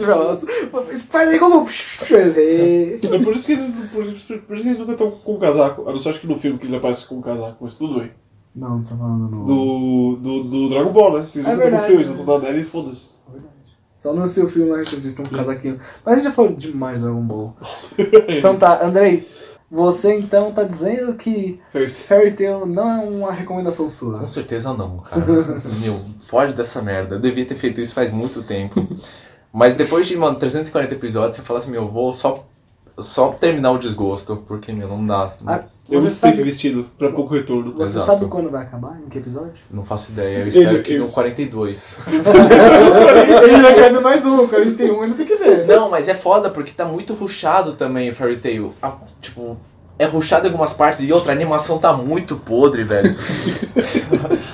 Speaker 6: Faz aí como. Ele-
Speaker 4: É por isso que eles, por, isso- por isso que eles nunca estão com casaco. A não ser acho que no filme que eles aparecem com casaco, mas tudo bem.
Speaker 6: Não, não tá falando no.
Speaker 4: Do, do, do Dragon Ball, né? Que Eles
Speaker 6: É
Speaker 4: nunca estão com
Speaker 6: verdade,
Speaker 4: frio, eles
Speaker 6: né?
Speaker 4: não estão na neve e foda-se.
Speaker 6: Só não sei o filme mais recente, estão com um casaquinho. Mas a gente já falou demais do Dragon Ball. Então tá, Andrei, você então tá dizendo que
Speaker 4: Certo.
Speaker 6: Fairy Tail não é uma recomendação sua.
Speaker 5: Com certeza não, cara. Meu, foge dessa merda. Eu devia ter feito isso faz muito tempo. Mas depois de, mano, 340 episódios, você fala assim, meu, eu vou só, só terminar o desgosto, porque, meu, não dá.
Speaker 6: Ah,
Speaker 4: Eu muito
Speaker 6: você
Speaker 4: tempo
Speaker 6: sabe,
Speaker 4: vestido pra pouco retorno.
Speaker 6: você
Speaker 5: Exato.
Speaker 6: sabe quando vai acabar? Em que episódio?
Speaker 5: Não faço ideia. Eu espero
Speaker 4: Ele-
Speaker 5: que no
Speaker 4: isso.
Speaker 5: 42.
Speaker 6: Ele vai cair no mais um, 41, ainda tem que ver.
Speaker 5: Não, mas é foda porque tá muito ruchado também o Fairy Tail. A- tipo, é ruchado em algumas partes e outra, a animação tá muito podre, velho.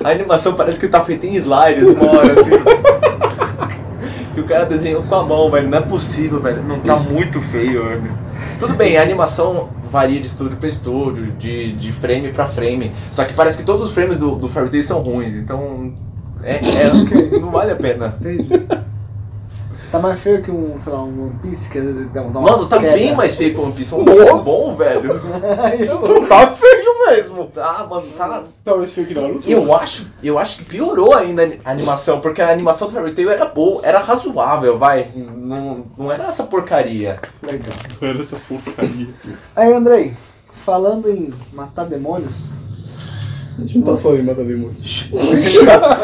Speaker 5: a animação parece que tá feita em slides uma hora, assim. Que o cara desenhou com a mão, velho. Não é possível, velho. Não tá muito feio, velho. Tudo bem, a animação varia de estúdio pra estúdio, de, de frame pra frame. Só que parece que todos os frames do, do Fairy Tail são ruins, então. É, é, não vale a pena.
Speaker 6: Entendi. Tá mais feio que um, sei lá, um One Piece, que às vezes dá um. dá
Speaker 5: Mano,
Speaker 6: umas
Speaker 5: tá
Speaker 6: quebra.
Speaker 5: bem mais feio que o One Piece. O One Piece é bom, velho.
Speaker 6: Aí eu-
Speaker 5: Tá feio mesmo. Ah, mano, tá.
Speaker 4: Talvez fique na Naruto.
Speaker 5: Eu acho, eu acho que piorou ainda a animação, porque a animação do Fairy Tail era boa, era razoável, vai. Não, não era essa porcaria.
Speaker 6: Legal.
Speaker 4: Era essa porcaria.
Speaker 6: Aí, Andrei, falando em matar demônios.
Speaker 2: A gente não tá
Speaker 6: Nossa.
Speaker 2: falando de matar demônio.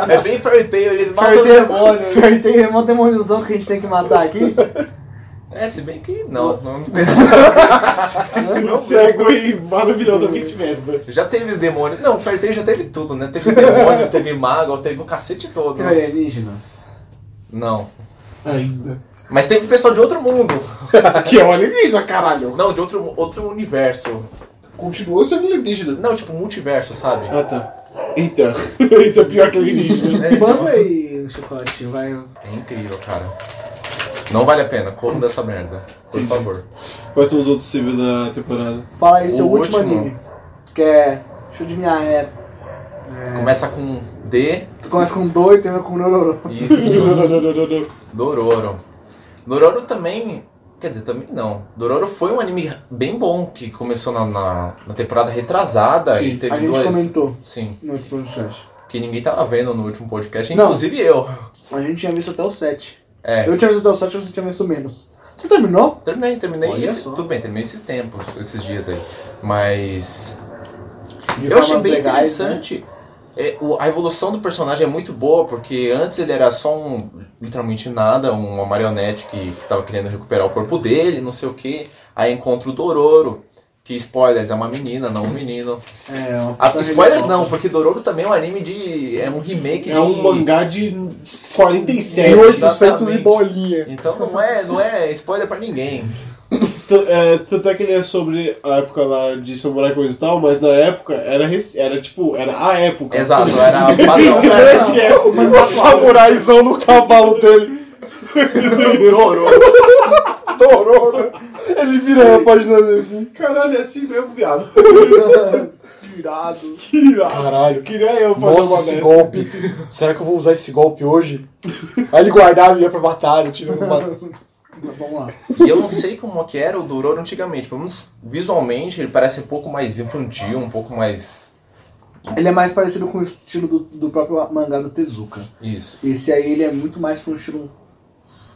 Speaker 5: É bem Fairy Tail, eles matam
Speaker 6: Fairy
Speaker 5: os
Speaker 6: Tail-
Speaker 5: demônios.
Speaker 6: Fairy Tail é uma demôniozão que a gente tem que matar aqui.
Speaker 5: É, se bem que não, não
Speaker 4: Um cego e maravilhosamente merda.
Speaker 5: Já teve os demônios. Não, o Fairy Tail já teve tudo, né? Teve demônio, teve mago, teve o cacete todo.
Speaker 6: Tem é alienígenas.
Speaker 5: Não.
Speaker 4: Ainda.
Speaker 5: Mas teve pessoal de outro mundo.
Speaker 4: Aqui é o alienígena, caralho.
Speaker 5: Não, de outro, outro universo.
Speaker 4: continuou sendo alienígena.
Speaker 5: Não, tipo, multiverso, sabe?
Speaker 4: Ah, tá. Eita, isso é pior que alienígena.
Speaker 6: Manda aí, chocolate, vai.
Speaker 5: É incrível, cara. Não vale a pena, como dessa merda. Por favor.
Speaker 4: Quais são os outros civis da temporada?
Speaker 6: Fala aí seu
Speaker 5: O
Speaker 6: último,
Speaker 5: último.
Speaker 6: anime. Que é. Deixa eu adivinhar, é.
Speaker 5: Começa com D.
Speaker 6: Tu começa com Doi e termina com Nororo.
Speaker 5: Isso. Dororo. Dororo também. Quer dizer, também não. Dororo foi um anime bem bom que começou na, na, na temporada retrasada
Speaker 4: Sim,
Speaker 5: e teve
Speaker 6: A gente
Speaker 5: duas.
Speaker 6: comentou
Speaker 5: Sim.
Speaker 6: no outro podcast.
Speaker 5: Que ninguém tava vendo no último podcast,
Speaker 6: Não.
Speaker 5: inclusive eu.
Speaker 6: A gente tinha visto até o 7.
Speaker 5: É.
Speaker 6: Eu tinha visto até o 7, você tinha visto menos. Você terminou?
Speaker 5: Terminei, terminei.
Speaker 6: Olha
Speaker 5: esse-
Speaker 6: só.
Speaker 5: tudo bem, terminei esses tempos, esses dias aí. Mas.
Speaker 6: De
Speaker 5: eu achei
Speaker 6: formas
Speaker 5: bem
Speaker 6: legais, né?
Speaker 5: interessante. É, o- a evolução do personagem é muito boa, porque antes ele era só um. literalmente nada, uma marionete que, que tava querendo recuperar o corpo dele, não sei o quê. Aí encontra o Dororo, que, spoilers, é uma menina, não um menino.
Speaker 6: É, uma
Speaker 5: Ah,
Speaker 6: puta
Speaker 5: spoilers
Speaker 6: reviravolta.
Speaker 5: não, porque Dororo também é um anime de. é um remake de.
Speaker 4: É um mangá de 47.
Speaker 2: É. 1800 e
Speaker 5: exatamente.
Speaker 2: bolinha.
Speaker 5: Então não é, não é spoiler pra ninguém.
Speaker 4: T- é, Tanto é que ele é sobre a época lá de samurai coisa e tal, mas na época era, rec- era tipo, era a época.
Speaker 5: Exato, era padrão.
Speaker 4: Grande época.
Speaker 2: O samuraizão no cavalo dele. Dororo. Ele vira a página assim.
Speaker 4: Caralho, é assim mesmo, viado.
Speaker 6: Irado.
Speaker 4: Que irado.
Speaker 2: Caralho.
Speaker 4: Queria eu fazer
Speaker 2: Nossa,
Speaker 4: uma
Speaker 2: esse
Speaker 4: dessa.
Speaker 2: golpe. Será que eu vou usar esse golpe hoje? Aí ele guardava e ia pra batalha, tirando uma...
Speaker 6: Mas vamos lá.
Speaker 5: E eu não sei como que era o Dororo antigamente. Pelo menos visualmente ele parece um pouco mais infantil, um pouco mais.
Speaker 6: Ele é mais parecido com o estilo do, do próprio mangá do Tezuka.
Speaker 5: Isso.
Speaker 6: Esse aí ele é muito mais pra um estilo.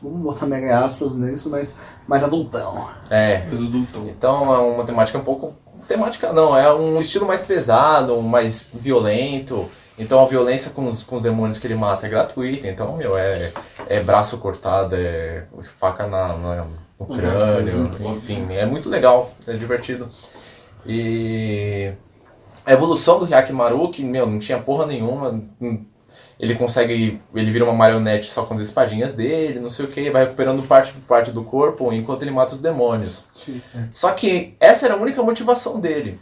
Speaker 6: Vamos botar mega aspas nisso, mas mais adultão.
Speaker 5: É.
Speaker 4: Mas o Dulton.
Speaker 5: Então é uma temática um pouco. Temática não, é um estilo mais pesado, um mais violento. Então a violência com os, com os demônios que ele mata é gratuita. Então, meu, é, é braço cortado, é faca na, na- no crânio,
Speaker 4: Uhum.
Speaker 5: enfim. É muito legal, é divertido. E a evolução do Hyakimaru, que, meu, não tinha porra nenhuma. hum, Ele consegue. Ele vira uma marionete só com as espadinhas dele, não sei o que, vai recuperando parte por parte do corpo enquanto ele mata os demônios. Só que essa era a única motivação dele.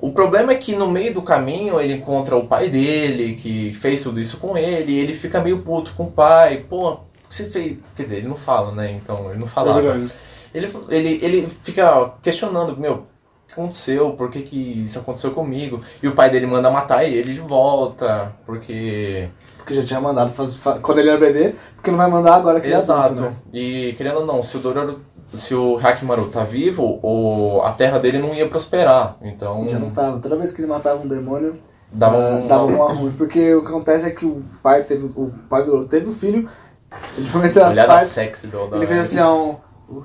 Speaker 5: O problema é que no meio do caminho ele encontra o pai dele, que fez tudo isso com ele, e ele fica meio puto com o pai. Pô, o que você fez. Quer dizer, ele não fala, né? Então, ele não
Speaker 4: É
Speaker 5: falava.
Speaker 4: verdade.
Speaker 5: Ele, ele, ele fica questionando, meu, o que aconteceu? Por que, que isso aconteceu comigo? E o pai dele manda matar ele de volta, porque...
Speaker 6: Porque já tinha mandado faz, fa- quando ele era bebê, porque não vai mandar agora que ele é
Speaker 5: Exato.
Speaker 6: adulto, né?
Speaker 5: E, querendo ou não, se o Dororo... Se o Hakimaru tá vivo, o, a terra dele não ia prosperar. Então,
Speaker 6: Já não tá. tava. Toda vez que ele matava um demônio,
Speaker 5: dava
Speaker 6: ah,
Speaker 5: um...
Speaker 6: dava uma ruim. Porque o que acontece é que o pai teve. O pai do teve o filho, ele prometeu as
Speaker 5: Olhada
Speaker 6: partes.
Speaker 5: sexy do da-
Speaker 6: Ele fez assim, ó, um.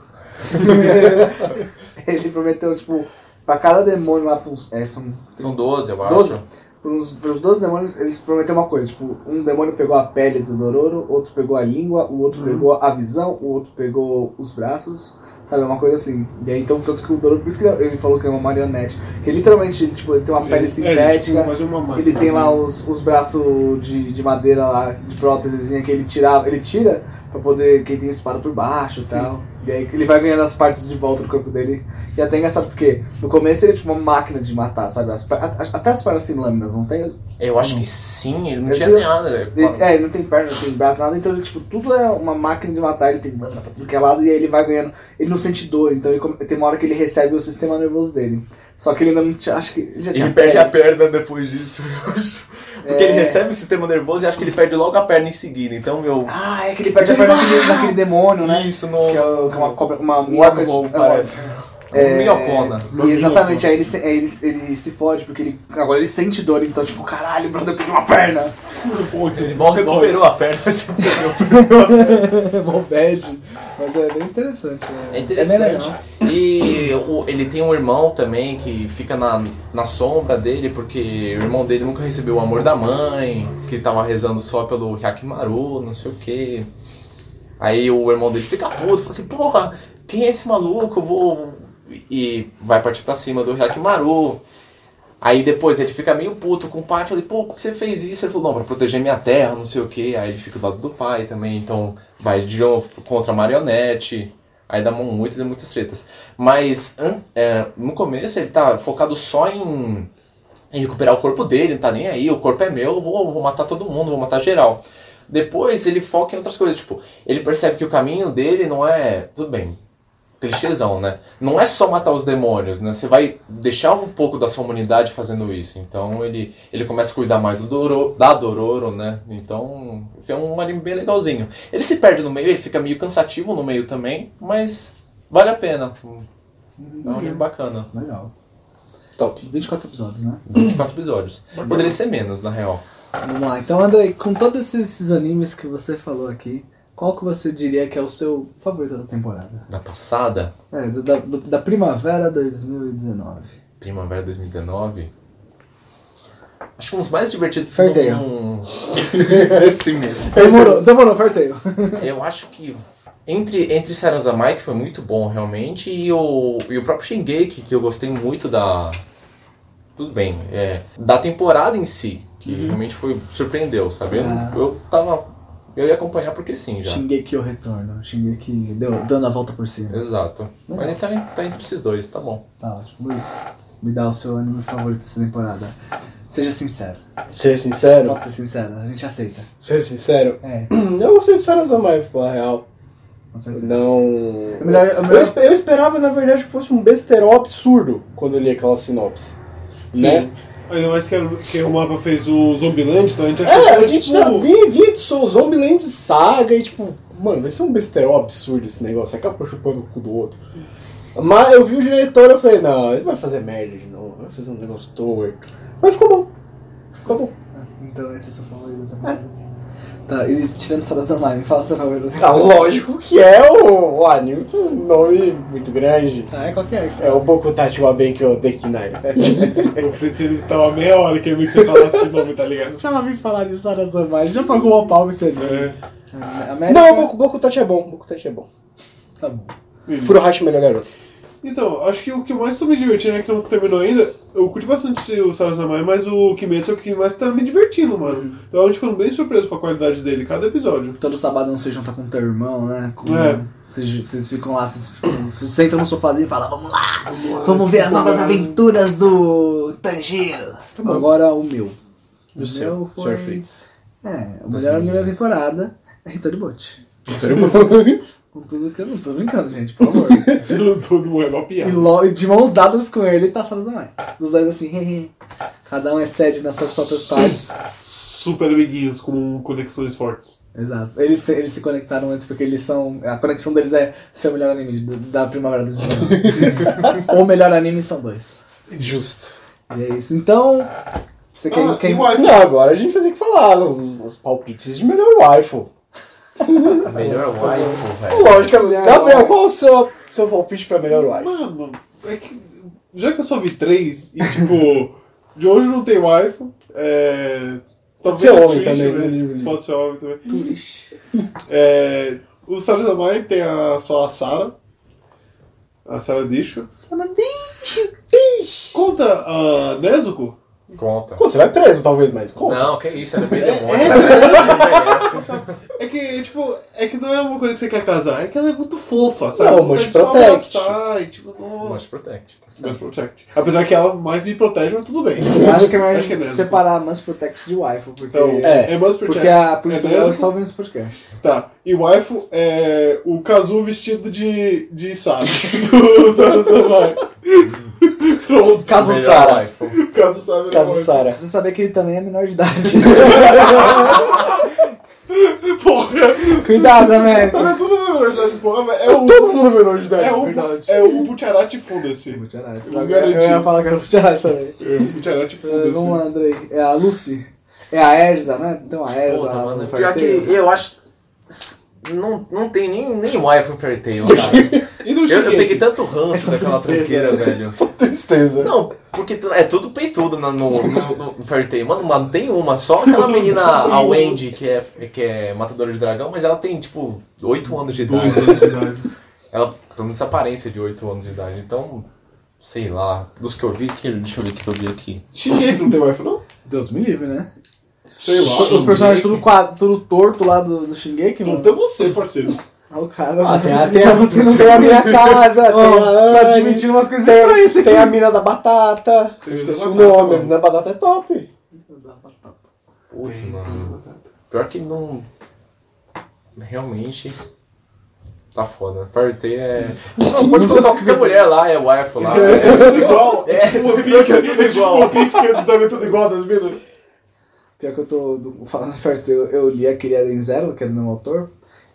Speaker 6: ele prometeu, tipo, pra cada demônio lá, pra uns- é, são
Speaker 5: São 12, eu acho.
Speaker 6: 12? Pros, pros 12 demônios, eles prometeram uma coisa. Tipo, um demônio pegou a pele do Dororo, outro pegou a língua, o outro pegou a visão, o outro pegou os braços. Sabe, uma coisa assim. E aí, então, tanto que o Dororo, por isso que ele, ele falou que é uma marionete. Que literalmente, ele, tipo, ele tem uma pele
Speaker 4: É, tipo,
Speaker 6: sintética.
Speaker 4: mais uma máquina.
Speaker 6: Ele tem lá os, os braços de, de madeira lá, de prótesezinha que ele tirava, ele tira pra poder quem tem espada por baixo e tal. E aí ele vai ganhando as partes de volta do corpo dele. E até é engraçado porque no começo ele é tipo uma máquina de matar, sabe? As per- a- a- até as pernas têm lâminas, não tem?
Speaker 5: Eu acho que sim, ele não
Speaker 6: Eu
Speaker 5: tinha né?
Speaker 6: tenho-
Speaker 5: nada.
Speaker 6: Ele, é, ele não tem perna, não tem braço, nada, então ele, tipo, tudo é uma máquina de matar, ele tem lâmina pra tudo que é lado, e aí ele vai ganhando. Ele não sente dor, então ele come- tem uma hora que ele recebe o sistema nervoso dele. Só que ele ainda não tinha. Acho que ele já É. tinha.
Speaker 5: Ele perde
Speaker 6: pele.
Speaker 5: a perna depois disso, eu acho. Porque ele recebe o sistema nervoso e acho que ele perde logo a perna em seguida. Então, meu.
Speaker 6: Ah, é que ele perde a perna naquele, naquele demônio, né?
Speaker 5: Isso, no.
Speaker 6: Que é, o- que é uma cobra, uma minhoca de-
Speaker 5: Wormhole,
Speaker 6: é uma-
Speaker 5: parece.
Speaker 6: É,
Speaker 5: É... Miocona.
Speaker 6: e exatamente, aí ele, se- aí ele, ele se fode, porque ele, agora ele sente dor, então tipo, caralho, brother, eu perdi uma perna.
Speaker 4: tipo,
Speaker 5: Ele mal recuperou a perna. mas se fodeu.
Speaker 6: É bom bad, mas é bem interessante.
Speaker 5: É interessante. e o- ele tem um irmão também que fica na, na sombra dele, porque o irmão dele nunca recebeu o amor da mãe, que tava rezando só pelo Hyakimaru, não sei o quê. Aí o irmão dele fica puto, fala assim, porra, quem é esse maluco? Eu vou. E vai partir pra cima do Hyakimaru. Aí depois ele fica meio puto com o pai, falei, pô, por que você fez isso? Ele falou, não, pra proteger minha terra, não sei o quê. Aí ele fica do lado do pai também, então vai de novo contra a marionete. Aí dá mu- muitas e muitas tretas. Mas an- é, no começo ele tá focado só em, em recuperar o corpo dele, não tá nem aí, o corpo é meu, eu vou, vou matar todo mundo, vou matar geral. Depois ele foca em outras coisas, tipo, ele percebe que o caminho dele não é. Tudo bem, clichêzão, né? Não é só matar os demônios, né? Você vai deixar um pouco da sua humanidade fazendo isso. Então ele, ele começa a cuidar mais do Doro, da Dororo, né? Então é um anime bem legalzinho. Ele se perde no meio, ele fica meio cansativo no meio também, mas vale a pena. É um anime bacana.
Speaker 6: Legal. Top. 24 episódios, né?
Speaker 5: 24 episódios. Poderia ser menos, na real.
Speaker 6: Vamos lá. Então, André, com todos esses, esses animes que você falou aqui, qual que você diria que é o seu favorito da temporada?
Speaker 5: Na passada,
Speaker 6: É, do- da, do- da primavera 2019.
Speaker 5: primavera 2019. Acho que um dos mais divertidos
Speaker 7: Fair Tail.
Speaker 5: um-
Speaker 4: É
Speaker 8: Esse mesmo.
Speaker 7: Demorou, demorou, farteio.
Speaker 5: Eu acho que entre, entre Sarazamai, que foi muito bom realmente, e o, e o próprio Shingeki, que eu gostei muito da. Tudo bem, é. Da temporada em si, que realmente foi. surpreendeu, sabe? Eu,
Speaker 6: Ah.
Speaker 5: eu tava. Eu ia acompanhar porque sim já.
Speaker 6: Shingeki o retorno. Shingeki deu, dando a volta por cima.
Speaker 5: Exato. Mas então tá entre esses dois, tá bom.
Speaker 6: Tá ótimo. Luiz, me dá o seu anime favorito dessa temporada. Seja sincero.
Speaker 2: Ser sincero,
Speaker 6: Pode ser sincero, a gente aceita.
Speaker 2: ser sincero.
Speaker 6: É,
Speaker 2: Eu gostei de Sarazamai, pra falar a real.
Speaker 6: com certeza.
Speaker 2: Não.
Speaker 6: É melhor- é melhor-
Speaker 2: Eu, espe- eu esperava, na verdade, que fosse um besterol absurdo quando eu li aquela sinopse. Né?
Speaker 4: Ainda mais que, era- que o mapa fez o Zombiland, então a gente achou
Speaker 2: É,
Speaker 4: que
Speaker 2: a
Speaker 4: era,
Speaker 2: gente
Speaker 4: tipo,
Speaker 2: já vinha, vinha de Soul Zombieland Saga e tipo, mano, vai ser um besterol absurdo esse negócio, acaba chupando o cu do outro. Mas eu vi o diretor e eu falei, não, isso vai fazer merda de novo, vai fazer um negócio torto. Mas ficou bom. Ficou bom.
Speaker 6: Então esse é o seu favorito também.
Speaker 2: É.
Speaker 6: Tá, e tirando Sarazamai, me fala o seu favorito da
Speaker 2: Ah, lógico que é o, o anime com um nome muito grande.
Speaker 6: Ah, é qual que é isso?
Speaker 2: É o Boku Tachi Waben que eu Dekinai.
Speaker 4: O Fritz ele tava meia hora querendo que você falasse esse nome, tá ligado?
Speaker 6: Já vi falar de Sarazamai, já pagou uma palma esse anime.
Speaker 4: É.
Speaker 6: América...
Speaker 2: Não, o Boku, Boku Tachi é bom, o Boku Tachi é bom.
Speaker 6: Tá bom.
Speaker 2: Furuhashi é melhor garoto.
Speaker 4: Então, acho que o que mais tô me divertindo é que não terminou ainda. Eu curti bastante o Sarazamai, mas o Kimetsu é o que mais tá me divertindo,
Speaker 2: Uhum.
Speaker 4: mano. Então eu tô ficando bem surpreso com a qualidade dele, cada episódio.
Speaker 6: Todo sabadão você junta com teu irmão, né? Com-
Speaker 4: É.
Speaker 6: Vocês vocês ficam lá, vocês, ficam, vocês sentam no sofazinho e falam, vamos lá! Vamos ver as novas aventuras do Tanjiro. Agora o meu.
Speaker 9: Do
Speaker 6: O
Speaker 9: seu,
Speaker 6: meu foi-
Speaker 9: Sr. Fritz.
Speaker 6: É, o
Speaker 5: Das
Speaker 6: melhor anime da
Speaker 5: meninas.
Speaker 6: temporada é Hitori Bote. Com tudo que eu não tô brincando, gente, por favor.
Speaker 4: Todo mundo é uma
Speaker 6: e
Speaker 4: piada.
Speaker 6: lo- e de mãos dadas com ele e taçadas na mãe. Os dois assim, hehe. Cada um excede nas suas próprias partes.
Speaker 4: Super amiguinhos com conexões fortes.
Speaker 6: Exato. Eles, te- eles se conectaram antes porque eles são. A conexão deles é ser o melhor anime de- da primavera dos Ou melhor anime são dois.
Speaker 2: Justo.
Speaker 6: E é isso. Então. Você quer.
Speaker 4: Ah,
Speaker 6: quer-
Speaker 4: e o Waifu?
Speaker 2: Não, agora a gente vai ter que falar os, os palpites de melhor waifu.
Speaker 5: Melhor waifu, velho.
Speaker 2: Lógico, Gabriel, qual o seu, seu palpite pra melhor waifu?
Speaker 4: Mano, é que. Já que eu só vi três e tipo. de hoje não tem waifu. É.
Speaker 2: Pode
Speaker 4: talvez
Speaker 2: ser
Speaker 4: a
Speaker 2: homem
Speaker 4: Trish,
Speaker 2: também,
Speaker 4: mas
Speaker 2: né, livre.
Speaker 4: Pode ser homem também. É, o Sarazamai tem a só a Sara. A Sara Disho. Conta a Nezuko.
Speaker 5: Conta.
Speaker 2: Pô, você vai preso, talvez, mas como?
Speaker 5: Não, que isso, ela é bem demônio. Não merece.
Speaker 4: É que, tipo, é que não é uma coisa que você quer casar, é que ela é muito fofa, sabe?
Speaker 2: Não,
Speaker 4: Vontade
Speaker 2: mas
Speaker 4: de só
Speaker 2: protege.
Speaker 4: abraçar e, tipo,
Speaker 5: Mas
Speaker 4: nossa.
Speaker 5: protect. tá certo.
Speaker 4: Mas protect. Apesar que ela mais me protege, mas tudo bem.
Speaker 6: Eu acho que é melhor
Speaker 4: Acho que é mesmo.
Speaker 6: separar Mans Protect de Waifu, porque.
Speaker 4: Então, é, é Must Protect.
Speaker 6: Porque a, por isso
Speaker 4: É
Speaker 6: que eu
Speaker 4: mesmo?
Speaker 6: estou ouvindo esse podcast.
Speaker 4: Tá, e waifu é o Kazu vestido de, de Sara. Do Sarazamai. Pronto,
Speaker 2: Caso
Speaker 5: Melhor
Speaker 2: Sara.
Speaker 5: waifu.
Speaker 4: Kazu sabe
Speaker 2: Caso
Speaker 4: waifu.
Speaker 2: Sara.
Speaker 6: Preciso saber que ele também é menor de idade.
Speaker 4: Porra!
Speaker 6: Cuidado, né? América.
Speaker 4: Não é tudo na verdade, porra, velho. É o.
Speaker 2: Todo mundo menor de idade.
Speaker 4: É o,
Speaker 6: verdade.
Speaker 4: é o Bucharati foda-se.
Speaker 6: Butcharati,
Speaker 4: Eu
Speaker 6: eu, é- eu ia
Speaker 4: garanti.
Speaker 6: falar que era Butcharati também.
Speaker 4: É o Bucharati
Speaker 6: Eh, Vamos
Speaker 4: foda-se.
Speaker 6: lá, Andrei. É a Lucy. É a Erza, né? Então a Erza.
Speaker 5: Puta,
Speaker 6: lá
Speaker 5: mano,
Speaker 6: no
Speaker 5: pior que
Speaker 6: Farteiro.
Speaker 5: eu acho. Não, não tem nem, nem waifu em Fairy Tail, cara.
Speaker 4: E no
Speaker 5: Eu, eu peguei
Speaker 4: Shingeki?
Speaker 5: tanto ranço daquela tranqueira, velho.
Speaker 2: Tristeza.
Speaker 5: Não, porque tu- é tudo peitudo no, no, no, no Fairy Tail. Mano, mas não tem uma. Só aquela menina, a Wendy, que é, que é matadora de dragão, mas ela tem, tipo, 8 anos de
Speaker 4: Tá.
Speaker 5: idade. Ela, pelo menos, aparência de 8 anos de idade. Então, sei lá. Dos que eu vi, que, deixa eu ver o que eu vi aqui.
Speaker 4: Shingeki não tem waifu, não?
Speaker 6: Deus me livre, né?
Speaker 4: Sei lá.
Speaker 6: Os personagens tudo, quad- tudo torto lá do, do Shingeki, mano.
Speaker 4: Puta Então é você, parceiro.
Speaker 6: o cara.
Speaker 2: Ah,
Speaker 6: mano,
Speaker 2: tem a, tem
Speaker 6: tá
Speaker 2: a,
Speaker 6: batendo uns-
Speaker 2: tem a minha casa, É, tem
Speaker 4: Oh,
Speaker 6: Ó,
Speaker 2: a
Speaker 6: Tá
Speaker 2: Anne,
Speaker 6: admitindo umas coisas estranhas
Speaker 2: tem,
Speaker 6: aqui.
Speaker 2: tem a mina da batata. Eu
Speaker 4: Tem a mina
Speaker 2: esqueci
Speaker 4: da
Speaker 2: o
Speaker 4: batata,
Speaker 2: nome, a
Speaker 4: mano.
Speaker 2: mina da batata é top.
Speaker 5: Putz, mano. Pior que não. Realmente. Tá foda. Fairy Tail é. Não, pode colocar qualquer mulher lá, é wife lá. É tudo igual. É, tudo pior que é tudo igual.
Speaker 4: Isso tipo, que eles também tudo igual das minas.
Speaker 6: Pior que eu tô do- falando certo, eu, eu li aquele Eren Zero, que é do mesmo autor,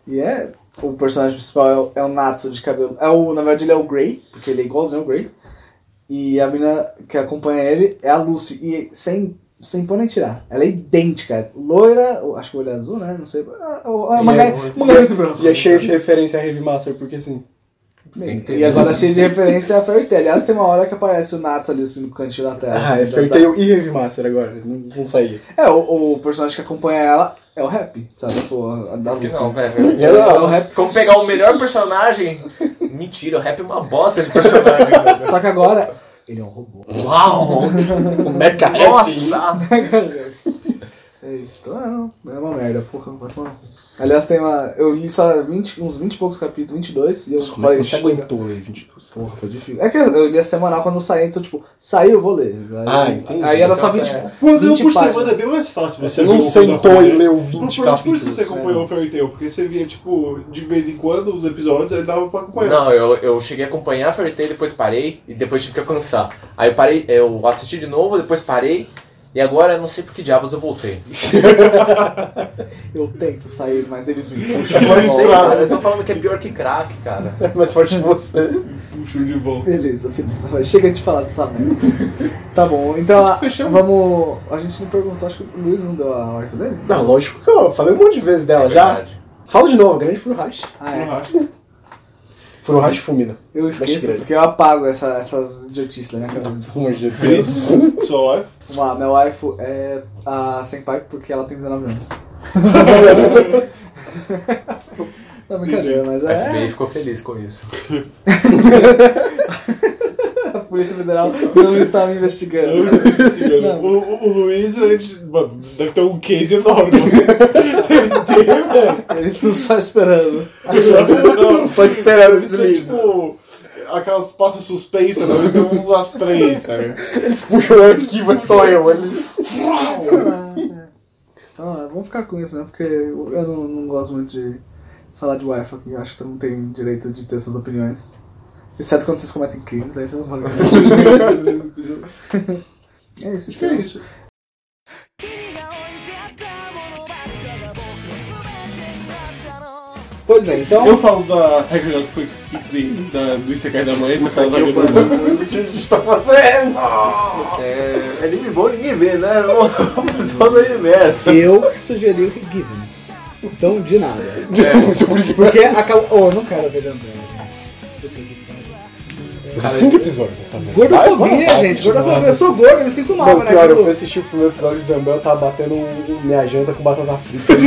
Speaker 6: e é. O personagem principal é o, é o Natsu de cabelo. É o, na verdade, ele é o Grey, porque ele é igualzinho ao Grey. E a mina que acompanha ele é a Lucy. E sem, sem pôr nem tirar. Ela é idêntica. Loira, eu acho que o olho é azul, né? Não sei. Ah, o- ah,
Speaker 2: E
Speaker 6: mangá-
Speaker 2: é-
Speaker 6: mangá muito branco.
Speaker 2: E é cheio de referência a Heavy Master, porque assim.
Speaker 5: Tem que ter,
Speaker 6: E
Speaker 5: né?
Speaker 6: agora cheio de referência é a Fairy Tail. Aliás, tem uma hora que aparece o Natsu ali assim, no cantinho da tela.
Speaker 2: Ah,
Speaker 6: assim,
Speaker 2: é
Speaker 6: da-
Speaker 2: Fairy
Speaker 6: da-
Speaker 2: Tail e Heavy Master agora, não, não saía.
Speaker 6: É, o, o personagem que acompanha ela é o Rap, sabe? Tipo, a, a da
Speaker 5: Porque
Speaker 6: Lucy.
Speaker 5: não, velho.
Speaker 2: Eu
Speaker 6: É o
Speaker 2: não.
Speaker 6: Rap.
Speaker 5: Como pegar o melhor personagem? Mentira, o rap é uma bosta de personagem. cara.
Speaker 6: Só que agora. Ele é um robô.
Speaker 5: Uau!
Speaker 2: O Mecha Rap.
Speaker 5: Nossa!
Speaker 6: É isso. Então é, é uma merda, porra. vai tomar no cu. Aliás, tem uma. Eu li só 20, uns 20 e poucos capítulos, 22, e eu
Speaker 2: Como é
Speaker 6: falei,
Speaker 2: que você
Speaker 6: chega.
Speaker 2: aguentou aí, gente? Porra, foi difícil.
Speaker 6: É que eu lia semanal quando saía, então, tipo, saiu, eu vou ler. Aí,
Speaker 2: Ah, entendi.
Speaker 6: Aí era só
Speaker 5: Então,
Speaker 6: 20.
Speaker 5: é.
Speaker 4: Quando eu
Speaker 6: 20
Speaker 4: por
Speaker 6: páginas.
Speaker 4: semana é bem mais fácil.
Speaker 2: Você
Speaker 4: ver
Speaker 2: não
Speaker 4: uma coisa
Speaker 2: sentou e
Speaker 4: ruim.
Speaker 2: leu
Speaker 4: Por,
Speaker 2: 20
Speaker 4: é. por, por isso
Speaker 2: capítulos.
Speaker 4: você acompanhou o Fairy Tail, porque você via, tipo, de vez em quando os episódios, aí dava pra acompanhar.
Speaker 5: Não, eu, eu cheguei a acompanhar a Fairy Tail, depois parei e depois tive que alcançar. Aí eu parei, eu assisti de novo, depois parei. E agora eu não sei por que diabos eu voltei.
Speaker 6: Eu tento sair, mas eles me puxam.
Speaker 5: Eu, não sei,
Speaker 6: Bom,
Speaker 5: cara, eu tô falando que é pior que crack, cara.
Speaker 2: Mais forte que você.
Speaker 4: Puxa de bom.
Speaker 6: Beleza, beleza. Vai, Chega de falar dessa merda. Tá bom, então a-
Speaker 4: Fechamos.
Speaker 6: vamos. A gente não perguntou, acho que o Luiz não deu a horta dele?
Speaker 2: Não, lógico que eu falei um monte de vezes dela já.
Speaker 5: É Verdade.
Speaker 2: Fala de novo, grande Furuhashi.
Speaker 6: Ah,
Speaker 4: Não
Speaker 6: é.
Speaker 4: racha.
Speaker 2: Furuhashi fumina.
Speaker 6: Eu
Speaker 2: Deixa
Speaker 6: esqueço,
Speaker 2: grande.
Speaker 6: porque eu apago essa- essas idiotices né, na minha cabeça.
Speaker 2: Pelo amor de Deus.
Speaker 4: Feliz, sua life.
Speaker 6: Vamos lá, minha waifu é a Senpai porque ela tem 19 anos. Não, brincadeira, mas
Speaker 5: A
Speaker 6: é.
Speaker 5: FBI ficou feliz com isso.
Speaker 6: A Polícia Federal não está me investigando.
Speaker 4: O, o- o Luiz, a gente, mano, deve ter um case enorme. Ele
Speaker 6: Eles estão tá só esperando.
Speaker 4: tem,
Speaker 2: Pode esperar o
Speaker 4: Isso é
Speaker 2: deslize.
Speaker 4: tipo aquelas pastas suspensas, né? Ele tem um das três, tá ligado?
Speaker 2: Puxa o arquivo, é só eu ali.
Speaker 6: Então, é, vamos ficar com isso, né? Porque eu eu não, não gosto muito de falar de waifu aqui. Eu acho que tu não tem direito de ter suas opiniões. Exceto quando vocês cometem crimes, aí vocês não podem. é isso,
Speaker 4: Acho que é
Speaker 6: então.
Speaker 4: isso.
Speaker 3: 君が置いてあったものばっかが僕の全てになったの
Speaker 6: Pois bem, então.
Speaker 4: Eu falo da regra que foi que criei, da, do Isekai da manhã, você fala da regra da manhã.
Speaker 5: O que a gente tá fazendo? É anime bom, ninguém vê, né? Só do anime merda.
Speaker 6: Eu que sugeri o Rick Given. Então, de nada. Porque acabou. Oh, eu não quero ver Gundam, gente.
Speaker 2: Cinco episódios essa merda.
Speaker 6: Gordofobia, gente. Gordofobia. Eu sou gordo, eu me sinto mal,
Speaker 2: Não,
Speaker 6: né?
Speaker 2: pior, eu fui
Speaker 6: Tipo,
Speaker 2: assistir o primeiro episódio do Dumbbell, eu tava batendo um- um- minha janta com batata frita. E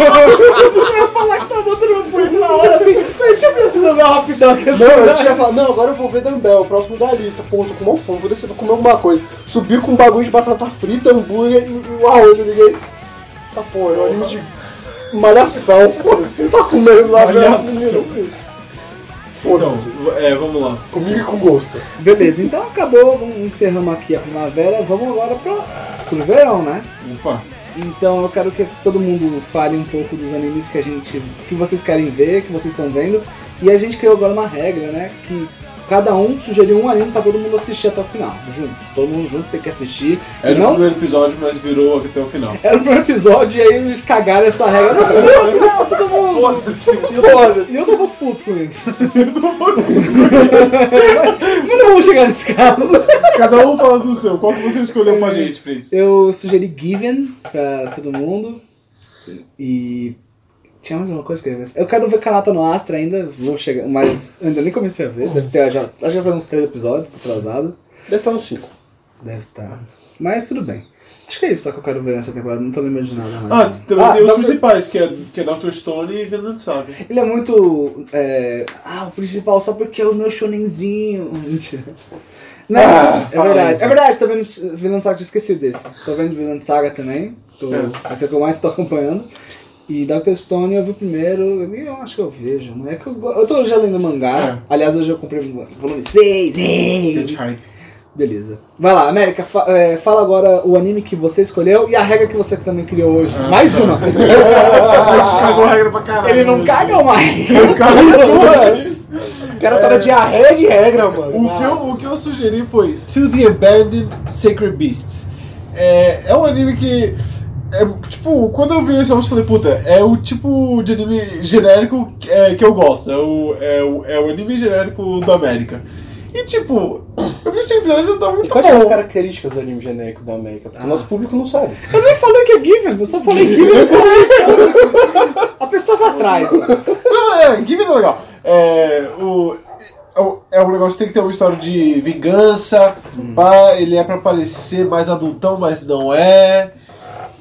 Speaker 6: Eu ia falar que tá botando meu punho na hora assim. mas Deixa eu ver esse lugar rapidão. que
Speaker 2: eu-
Speaker 6: eu
Speaker 2: Não, eu
Speaker 6: tô-
Speaker 2: tinha falado, não, agora eu vou ver Dumbbell, próximo da lista. Pô, tô com uma fome, vou descer pra comer alguma coisa. Subi com um bagulho de batata frita, hambúrguer e e um arroz, eu liguei. Tá porra, eu anime de malhação, foda-se, tá comendo lá
Speaker 4: Malhação.
Speaker 2: menino. Foda-se,
Speaker 4: Então, é, vamos lá.
Speaker 2: comigo e com gosto.
Speaker 6: Beleza, então acabou. Vamos encerramos aqui a primavera. Vamos agora pra, pro verão, né?
Speaker 4: Opa.
Speaker 6: Então eu quero que todo mundo fale um pouco dos animes que a gente. que vocês querem ver, que vocês estão vendo. E a gente criou agora uma regra, né? Que cada um sugeriu um anime pra todo mundo assistir até o final. Junto. Todo mundo junto tem que assistir. E
Speaker 4: Era o
Speaker 6: não
Speaker 4: primeiro episódio, mas virou até o final.
Speaker 6: era o primeiro episódio e aí eles cagaram essa regra. Não, não, não, não, todo mundo. E eu tava- E eu tava puto com isso. Eu tava puto com isso. Mas não vamos chegar nesse caso.
Speaker 4: Cada um fala do seu. Qual que você escolheu pra gente, Fritz?
Speaker 6: Eu sugeri Given pra todo mundo. E. Tinha mais uma coisa que eu ia ver. Eu quero ver Kanata no Astra ainda, vou chegar, mas eu ainda nem comecei a ver. Deve ter já. Acho que já são uns três episódios, tô atrasado.
Speaker 2: Deve estar no 5.
Speaker 6: Deve estar. Mas tudo bem. Acho que é isso só que eu quero ver nessa temporada, não tô lembrando de nada mais.
Speaker 4: Ah, também
Speaker 6: Ah,
Speaker 4: tem os
Speaker 6: Dr.
Speaker 4: principais, que é, que é Dr. Stone e Vinland Saga.
Speaker 6: Ele é muito. é, Ah, o principal só porque é o meu shonenzinho. Mentira. Não,
Speaker 4: Ah,
Speaker 6: é
Speaker 4: fala aí,
Speaker 6: verdade.
Speaker 4: cara.
Speaker 6: É verdade, tô vendo Vinland Saga, tinha esquecido desse. Tô vendo Vinland Saga também. Tô...
Speaker 4: É.
Speaker 6: Esse é o que eu mais tô acompanhando. E Dr. Stone eu vi o primeiro, e eu acho que eu vejo, né? Que eu, go- eu tô já lendo mangá.
Speaker 4: É.
Speaker 6: Aliás, hoje eu comprei o volume 6.
Speaker 4: Good
Speaker 6: ei!
Speaker 4: hype.
Speaker 6: Beleza. Vai lá, América, fa- é, fala agora o anime que você escolheu e a regra que você também criou hoje.
Speaker 4: Ah.
Speaker 6: Mais uma!
Speaker 4: A gente Ah, cagou a regra pra caralho.
Speaker 6: Ele não
Speaker 4: né?
Speaker 6: caga mais!
Speaker 4: Ele cagou
Speaker 2: é
Speaker 4: duas.
Speaker 2: O cara tá na diarreia de regra, mano.
Speaker 4: O que, eu, o que eu sugeri foi To the Abandoned Sacred Beasts. É, é um anime que. É, tipo, quando eu vi esse anúncio, eu falei, puta, é o tipo de anime genérico que- é, que eu gosto. É o, é, o, é o anime genérico da América. E tipo, eu vi esse episódio e tá muito
Speaker 2: E quais são as
Speaker 4: bom.
Speaker 2: características do anime genérico da América? Porque o nosso público não sabe.
Speaker 6: Eu nem falei que é Given, eu só falei Given. a pessoa vai atrás.
Speaker 4: Não, é, que vida legal. É, o, é, o- é um negócio que tem que ter uma história de vingança. pá, ele é pra parecer mais adultão, mas não é.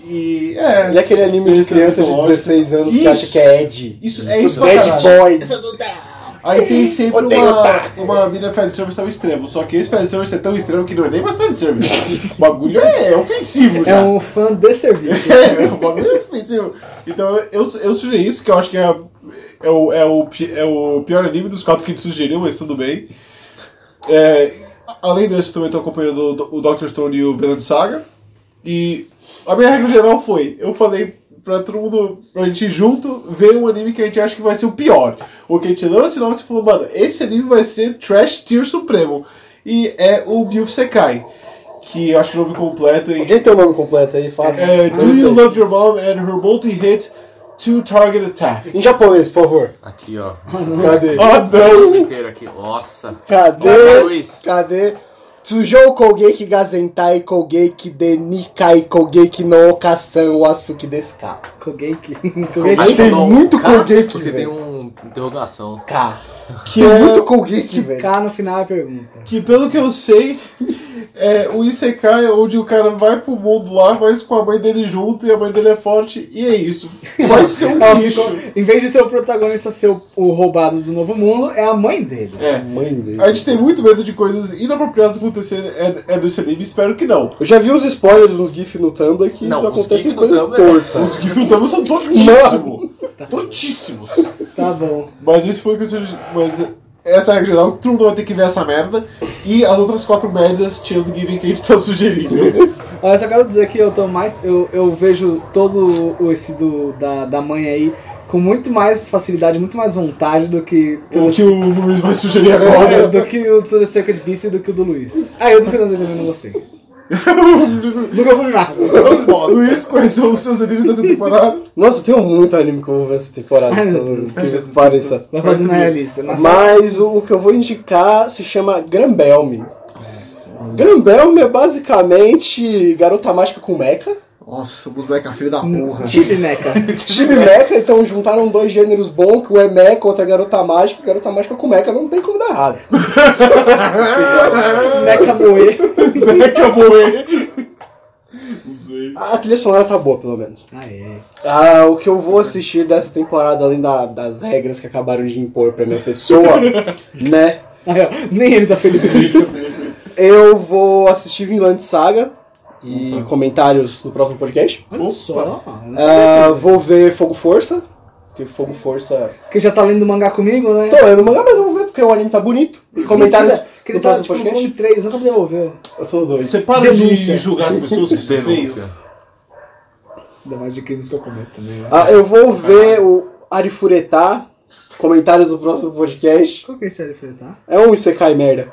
Speaker 4: E é.
Speaker 2: Ele é aquele anime de
Speaker 4: Esse
Speaker 2: criança de
Speaker 4: lógico.
Speaker 2: 16 anos que
Speaker 4: Isso.
Speaker 2: acha que é Ed.
Speaker 4: Isso, é isso pra
Speaker 2: Ed
Speaker 4: caralho.
Speaker 2: Boy.
Speaker 4: Aí tem sempre
Speaker 2: Odeio
Speaker 4: uma,
Speaker 2: otaku.
Speaker 4: uma mina fanservice ao extremo. Só que esse fanservice é tão extremo que não é nem mais fanservice. o bagulho é ofensivo
Speaker 6: É
Speaker 4: já.
Speaker 6: um fã de serviço.
Speaker 4: É, o bagulho é ofensivo. Então eu, eu sugeri isso, que eu acho que é, a- é, o, é, o, pi- é o pior anime dos quatro que a gente sugeriu, mas tudo bem. É, a- além desse, eu também estou acompanhando o, o Dr. Stone e o Vinland Saga. E a minha regra geral foi: eu falei pra todo mundo, pra gente ir junto, ver um anime que a gente acha que vai ser o pior. O que a gente leu a sinopse e falou: mano, esse anime vai ser Trash Tier Supremo. E é o Mil Sekai. Que eu acho que o nome completo em
Speaker 2: Alguém tem o nome completo aí? Fácil. Ah,
Speaker 4: é, do You Love Your Mom and Her Multi-Hit Two Target Attack.
Speaker 2: Em japonês, por favor.
Speaker 5: Aqui, ó.
Speaker 2: Cadê?
Speaker 4: Oh
Speaker 5: O
Speaker 4: não!
Speaker 5: inteiro aqui. Nossa.
Speaker 2: Cadê?
Speaker 5: Luiz.
Speaker 2: Cadê? Tsujou Kogeki Gazentai Kogeki de Nikai Kogeki no Okasan Wasuki desu ka.
Speaker 6: Kogeki.
Speaker 5: Mas
Speaker 6: Kogeki.
Speaker 2: tem
Speaker 5: não,
Speaker 2: muito
Speaker 5: um cara,
Speaker 2: Colgate,
Speaker 5: Porque tem
Speaker 2: velho.
Speaker 5: um interrogação.
Speaker 2: Ka. Que é muito Kogeki, velho.
Speaker 6: K no final é a pergunta.
Speaker 4: Que pelo que eu sei, é o Isekai é onde o cara vai pro mundo lá, mas com a mãe dele junto e a mãe dele é forte, e é isso. Vai ser um lixo.
Speaker 6: Em vez de ser o protagonista ser o, o roubado do novo mundo, é a mãe dele.
Speaker 4: É.
Speaker 2: Mãe dele.
Speaker 4: A gente tem muito medo de coisas inapropriadas acontecerem é, é nesse anime, espero que não.
Speaker 2: Eu já vi uns spoilers, uns GIF no Tumblr que
Speaker 5: Não, os
Speaker 2: acontecem
Speaker 5: gif no
Speaker 2: coisas
Speaker 5: Tumblr-
Speaker 2: tortas.
Speaker 4: Os que filtramos são tortíssimos. Tortíssimos.
Speaker 6: Tá bom.
Speaker 4: Mas isso foi o que eu sugeri. Mas essa regra geral, todo mundo vai ter que ver essa merda. E as outras quatro merdas, tirando o Given que a gente tá sugerindo.
Speaker 6: Olha, eu só quero dizer que eu tô mais. Eu, eu vejo todo o- esse do, da, da mãe aí com muito mais facilidade, muito mais vontade do que.
Speaker 4: o
Speaker 6: todo
Speaker 4: que o Luiz vai sugerir agora.
Speaker 6: Olha, do que o do Secret Beast e do que o do Luiz. Ah, eu do Fernando também não gostei. Não gostei de nada.
Speaker 4: É, Luiz, quais são os seus animes dessa temporada?
Speaker 2: Nossa, eu tenho muito anime que eu vou ver essa temporada,
Speaker 6: Ai, meu
Speaker 2: pelo
Speaker 6: Deus.
Speaker 2: que pareça.
Speaker 6: Vai fazer na realista. Na
Speaker 2: Mas o o que eu vou indicar se chama Grambelme. Grambelme é basicamente garota mágica com meca.
Speaker 4: Nossa, os moleque filho da porra.
Speaker 6: Chile Hum, Meca.
Speaker 2: Time meca, então juntaram dois gêneros bons, que o é meca, outra é garota mágica, garota mágica com meca, não tem como dar errado.
Speaker 6: Meca Moe.
Speaker 4: Acabou ele. Não sei.
Speaker 2: A trilha sonora tá boa, pelo menos.
Speaker 6: Ah, é.
Speaker 2: Ah, o que eu vou assistir dessa temporada, além da- das regras que acabaram de impor pra minha pessoa, né?
Speaker 6: Aí, ó, nem ele tá feliz com isso.
Speaker 2: Eu vou assistir Vinland Saga e comentários no próximo podcast.
Speaker 6: Olha só.
Speaker 2: Ah, vou ver Fogo Força, porque Fogo Força.
Speaker 6: Que já tá lendo mangá comigo, né?
Speaker 2: Tô lendo mangá, mas eu vou ver porque o anime tá bonito. E comentários
Speaker 6: Mentira, Que
Speaker 2: no
Speaker 6: ele tá
Speaker 2: próximo
Speaker 6: tipo
Speaker 2: podcast.
Speaker 6: com três, nunca me devolveu.
Speaker 2: Eu tô doido.
Speaker 4: Você para
Speaker 6: Denúncia.
Speaker 4: de julgar as pessoas que você fez.
Speaker 5: Denúncia.
Speaker 6: Ainda mais de crimes que eu cometo também. né?
Speaker 2: Ah, eu vou ver o Arifuretá. Comentários no próximo podcast.
Speaker 6: Qual que é esse LF, tá?
Speaker 2: É um Isekai merda.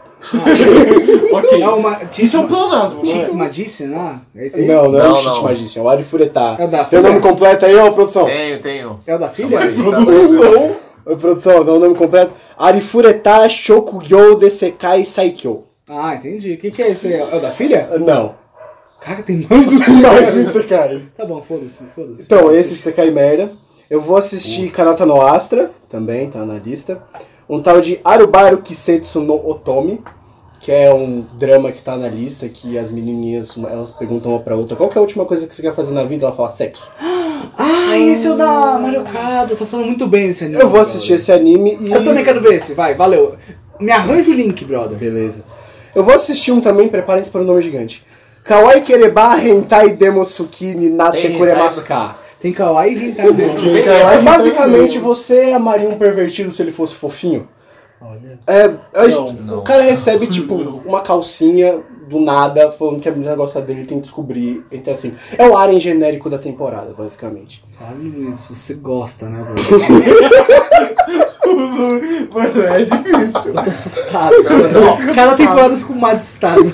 Speaker 4: Ok.
Speaker 6: É uma.
Speaker 4: Isso é um planasmo, não é?
Speaker 6: Magician, né? É esse aí?
Speaker 2: Não, não é
Speaker 5: Não,
Speaker 2: um Shit
Speaker 5: não.
Speaker 2: Magician, é o Arifuretá.
Speaker 6: É o da
Speaker 2: Tem o nome
Speaker 6: filha?
Speaker 2: completo aí, ô produção?
Speaker 5: Tenho, tenho.
Speaker 6: É o da filha?
Speaker 4: Produção.
Speaker 2: Ô, produção, dá o nome completo. Arifuretá Shokugyo Desekai Saikyo.
Speaker 6: Ah, entendi. O que, que é esse aí? É o da filha?
Speaker 2: Ah, Não.
Speaker 6: Cara, tem mais um.
Speaker 2: Mais um Isekai.
Speaker 6: Tá bom, foda-se, foda-se.
Speaker 2: Então, esse você cai merda. Eu vou assistir Kanata no Astra, também tá na lista. Um tal de Arubaru Kisetsu no Otomi, que é um drama que tá na lista, que as menininhas, elas perguntam uma pra outra, qual que é a última coisa que você quer fazer na vida? Ela fala sexo.
Speaker 6: Ah, esse é o da Mario Kart. Eu tô falando muito bem desse anime.
Speaker 2: Eu vou assistir esse anime e...
Speaker 6: brother. Eu também quero ver esse, vai, valeu. Me arranja o link, brother.
Speaker 2: Beleza. Eu vou assistir um também, preparem-se para o nome gigante. Kawaii Kereba Hentai Demosuki Nate
Speaker 5: Tem hentai
Speaker 2: Kuremasuka.
Speaker 6: Tem kawaii e tem kawaii.
Speaker 10: Porque, cara,
Speaker 2: É
Speaker 10: lá-
Speaker 2: basicamente você amaria um pervertido se ele fosse fofinho. É, é est- o cara recebe, tipo, uma calcinha do nada, falando que a menina gosta dele tem que descobrir. Então, assim, é o arem genérico da temporada, basicamente.
Speaker 6: Fale, Luiz, você gosta, né, bro?
Speaker 4: Tipo,
Speaker 10: Mano, é difícil.
Speaker 6: Eu tô assustado. cara. Cada temporada eu fico mais assustado.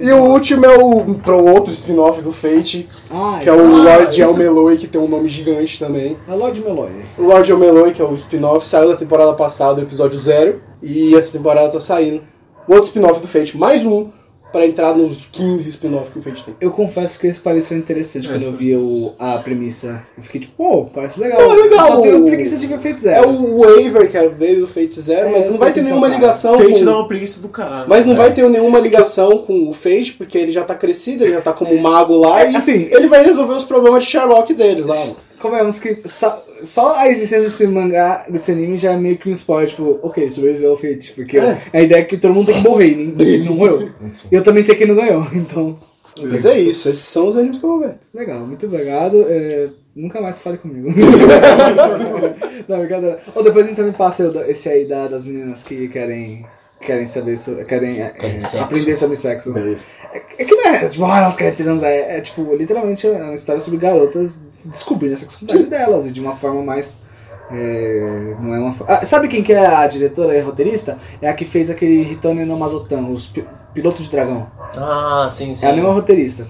Speaker 2: E o último é o pro outro spin-off do Fate,
Speaker 6: Ah,
Speaker 2: que é o Lord Elmeloy, que tem um nome gigante também.
Speaker 6: É Lorde Meloy.
Speaker 2: O Lord Elmeloy, que é o spin-off, saiu da temporada passada, episódio zero, e essa temporada tá saindo. O outro spin-off do Fate, mais um, pra entrar nos 15 spin-off que o Fate tem.
Speaker 6: Eu confesso que esse pareceu interessante quando eu vi o- a premissa. Eu fiquei tipo, pô, parece legal.
Speaker 2: Não, é legal.
Speaker 6: Eu só tenho preguiça de ver feito
Speaker 2: É
Speaker 6: zero.
Speaker 2: o Waver que veio do Fate Zero,
Speaker 6: É,
Speaker 2: mas não
Speaker 6: eu sei
Speaker 2: vai
Speaker 6: que
Speaker 2: ter
Speaker 6: tem
Speaker 2: nenhuma
Speaker 6: um cara.
Speaker 2: ligação.
Speaker 10: Fate
Speaker 2: com-
Speaker 10: dá uma preguiça do caralho.
Speaker 2: Mas não
Speaker 4: É.
Speaker 2: vai ter nenhuma ligação com o Fate, porque ele já tá crescido, ele já tá como um mago lá,
Speaker 6: É,
Speaker 2: e
Speaker 6: assim-
Speaker 2: ele vai resolver os problemas de Sherlock dele lá. mano.
Speaker 6: Convenhamos que é, só, só a existência desse mangá, desse anime, já é meio que um spoiler. Tipo, ok, sobreviveu ao Fate. Porque a ideia é que todo mundo tem que morrer e ninguém não morreu. E eu também sei que ele não ganhou, então...
Speaker 2: Mas é isso, esses são os animes que eu vou ver.
Speaker 6: Legal, muito obrigado. É, nunca mais fale comigo. não, brincadeira. Ou depois então me passa o da- esse aí da- das meninas que querem. Querem saber sobre. Querem é,
Speaker 5: Querem sexo.
Speaker 6: aprender sobre sexo.
Speaker 2: Beleza.
Speaker 6: É, é que não é. Tipo, ah, elas querem transar. É, é, tipo, literalmente é uma história sobre garotas descobrindo a sexualidade delas e de uma forma mais. é, não é uma fo- Ah, Sabe quem que é a diretora e a roteirista? É a que fez aquele Hitone no Mazotan, os pi- pilotos de dragão.
Speaker 5: Ah, sim, sim.
Speaker 6: É a mesma roteirista.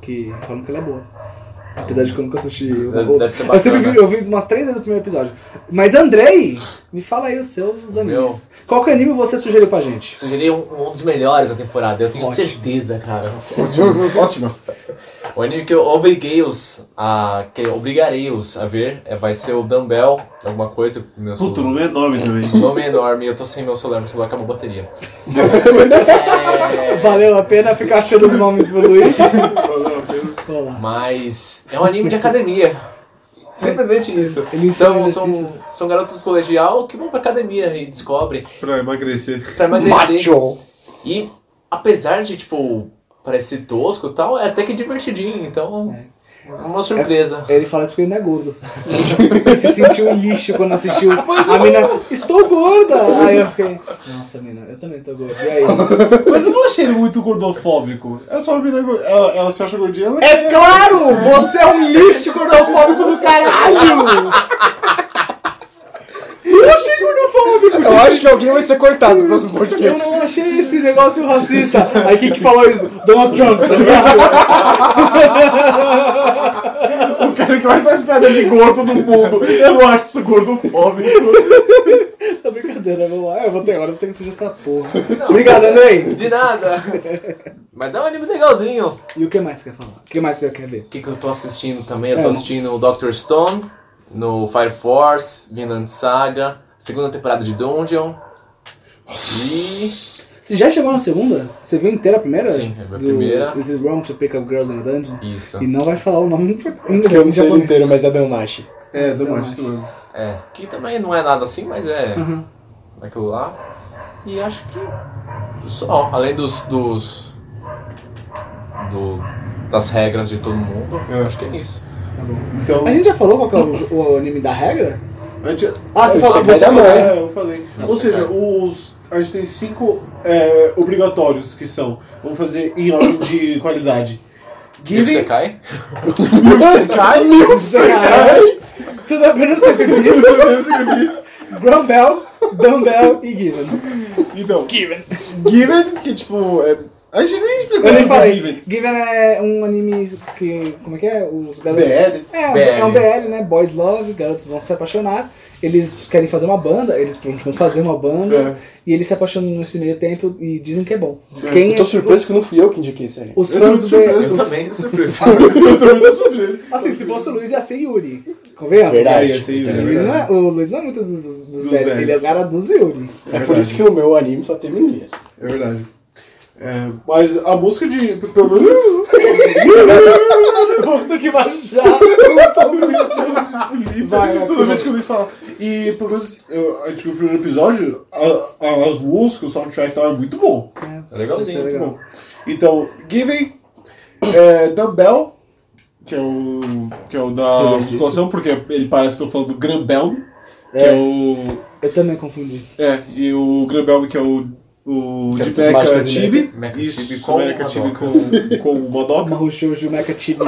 Speaker 6: Que falam que ela é boa. Apesar de que eu nunca assisti. Eu,
Speaker 5: Deve- deve ser
Speaker 6: eu sempre
Speaker 5: bacana.
Speaker 6: vi, eu vi umas três vezes o primeiro episódio. Mas Andrei, me fala aí os seus animes. Qual que é anime você sugeriu pra gente?
Speaker 5: Sugeri um, um dos melhores da temporada, eu tenho
Speaker 6: Ótimo.
Speaker 5: certeza, cara.
Speaker 10: Ótimo.
Speaker 5: O anime que eu obriguei-os a. que eu obrigarei-os a ver é, vai ser o Dumbbell, alguma coisa. Meu
Speaker 10: Puta, o
Speaker 5: celular.
Speaker 10: nome é enorme também.
Speaker 5: O nome é enorme, eu tô sem meu celular, meu celular acabou a bateria. É,
Speaker 6: Valeu a pena ficar achando os nomes pro Luiz? Vamos lá.
Speaker 5: Mas é um anime de academia. Simplesmente isso.
Speaker 6: Ele
Speaker 5: são,
Speaker 6: ensina
Speaker 5: são,
Speaker 6: exercícios.
Speaker 5: são garotos do colegial que vão pra academia e descobrem
Speaker 10: pra emagrecer.
Speaker 5: pra emagrecer.
Speaker 2: Macho!
Speaker 5: E apesar de, tipo, parecer tosco e tal, é até que divertidinho, então. É uma surpresa.
Speaker 6: Ele fala isso porque ele não é gordo. Ele se sentiu um lixo quando assistiu. A mina, estou gorda! Aí eu fiquei, nossa, mina, eu também tô gorda. E aí?
Speaker 10: Mas eu não achei ele muito gordofóbico. É só uma menina. gor- Ela, ela se acha gordinha, ela
Speaker 6: É claro! Você é um lixo gordofóbico do caralho! Eu achei gordofóbico!
Speaker 2: Eu acho que alguém vai ser cortado no próximo podcast.
Speaker 6: Eu não achei esse negócio racista. Aí quem que falou isso? Donald Trump, tá ligado?
Speaker 10: o cara que mais faz piada de gordo do mundo. Eu não acho isso gordofóbico.
Speaker 6: Tá brincadeira, vamos lá. Eu vou ter hora, eu vou ter que sujar essa porra. Obrigado, Andrei.
Speaker 5: De nada! Mas é um anime legalzinho.
Speaker 6: E o que mais você quer falar? O que mais você quer ver?
Speaker 5: O que, que eu tô assistindo também? Eu
Speaker 6: É,
Speaker 5: tô
Speaker 6: não.
Speaker 5: assistindo o Doctor Stone no Fire Force, Vinland Saga, segunda temporada de Dungeon. E.
Speaker 6: Você já chegou na segunda? Você viu inteira a primeira?
Speaker 5: Sim, eu vi a primeira.
Speaker 6: Do Is it wrong to pick up girls in a dungeon?
Speaker 5: Isso.
Speaker 6: E não vai falar o nome em português.
Speaker 2: Porque eu não sei ele inteiro, mas é Danmachi.
Speaker 10: É, não acho isso mesmo.
Speaker 5: É, que também não é nada assim, mas é
Speaker 6: Uhum.
Speaker 5: aquilo lá. E acho que só, além dos, dos do, das regras de todo mundo, eu acho que é isso.
Speaker 6: Tá bom.
Speaker 10: Então.
Speaker 6: A gente já falou qual que é o, o anime da regra?
Speaker 10: A gente,
Speaker 6: Ah, você falou.
Speaker 2: vai
Speaker 6: você
Speaker 2: dar
Speaker 6: falou.
Speaker 2: mãe.
Speaker 10: É, eu falei. Ou seja, os, a gente tem cinco é, obrigatórios que são. Vamos fazer em ordem de qualidade.
Speaker 5: E você
Speaker 10: Giving,
Speaker 5: cai?
Speaker 10: Milfsekai,
Speaker 6: Caralho. Tudo apenas sacrifício. Grumbel, Dumbbell e Given.
Speaker 10: Então, Given. Given, que tipo. É, a gente nem explicou
Speaker 6: Eu nem
Speaker 10: sobre
Speaker 6: falei.
Speaker 10: Given.
Speaker 6: Given é um anime que. Como é que é? Os garotos.
Speaker 10: BL.
Speaker 6: É,
Speaker 5: BL.
Speaker 6: é um BL, né? Boys Love, garotos vão se apaixonar. Eles querem fazer uma banda, eles pronto, vão fazer uma banda.
Speaker 10: É.
Speaker 6: E eles se apaixonam nesse meio tempo e dizem que é bom.
Speaker 2: Eu tô surpreso que não fui eu que indiquei isso aí.
Speaker 6: Os, os
Speaker 10: Eu tô
Speaker 6: fãs
Speaker 10: muito
Speaker 6: do
Speaker 10: surpreso.
Speaker 6: BL.
Speaker 10: Eu Eu
Speaker 6: os-
Speaker 5: também, surpresa.
Speaker 10: tô muito surpreso.
Speaker 6: Assim, se fosse o Luiz ia ser Yuri. Convenhamos.
Speaker 2: Verdade.
Speaker 10: Sim, sim, é
Speaker 6: Ele não é-
Speaker 10: verdade.
Speaker 6: o Luiz não é muito dos, dos,
Speaker 10: Dos
Speaker 6: BL,
Speaker 10: BL.
Speaker 6: ele é o cara dos Yuri.
Speaker 2: É por isso que o meu anime só teve meninas.
Speaker 10: É verdade. É, mas a música de. Pelo menos.
Speaker 6: Vou ter que baixar.
Speaker 10: Polícia,
Speaker 6: Vai, vai,
Speaker 10: toda
Speaker 6: sim,
Speaker 10: vez que eu ouvi falar. E pelo menos. Eu, a gente viu o primeiro episódio, a- a- as músicas, o soundtrack e tal, é muito bom.
Speaker 5: Tá Legalzinho.
Speaker 10: Bom, então, Given, é, Dumbbell,
Speaker 4: é, que é o, que é o da
Speaker 11: Exercício.
Speaker 4: musculação, porque ele parece que eu tô falando do Grambel, que
Speaker 6: É.
Speaker 4: é o.
Speaker 6: Eu também confundi.
Speaker 4: É, e o Grambel, que é o. O
Speaker 2: Que é
Speaker 4: de
Speaker 2: dos mágicas
Speaker 4: Mecha
Speaker 2: e
Speaker 4: Tibi.
Speaker 5: Mecha Tibi
Speaker 4: Isso,
Speaker 5: com
Speaker 4: Mecha Tibi com,
Speaker 5: Madocas.
Speaker 4: com o Madoka.
Speaker 6: Marrochojo, Mecha Tibi.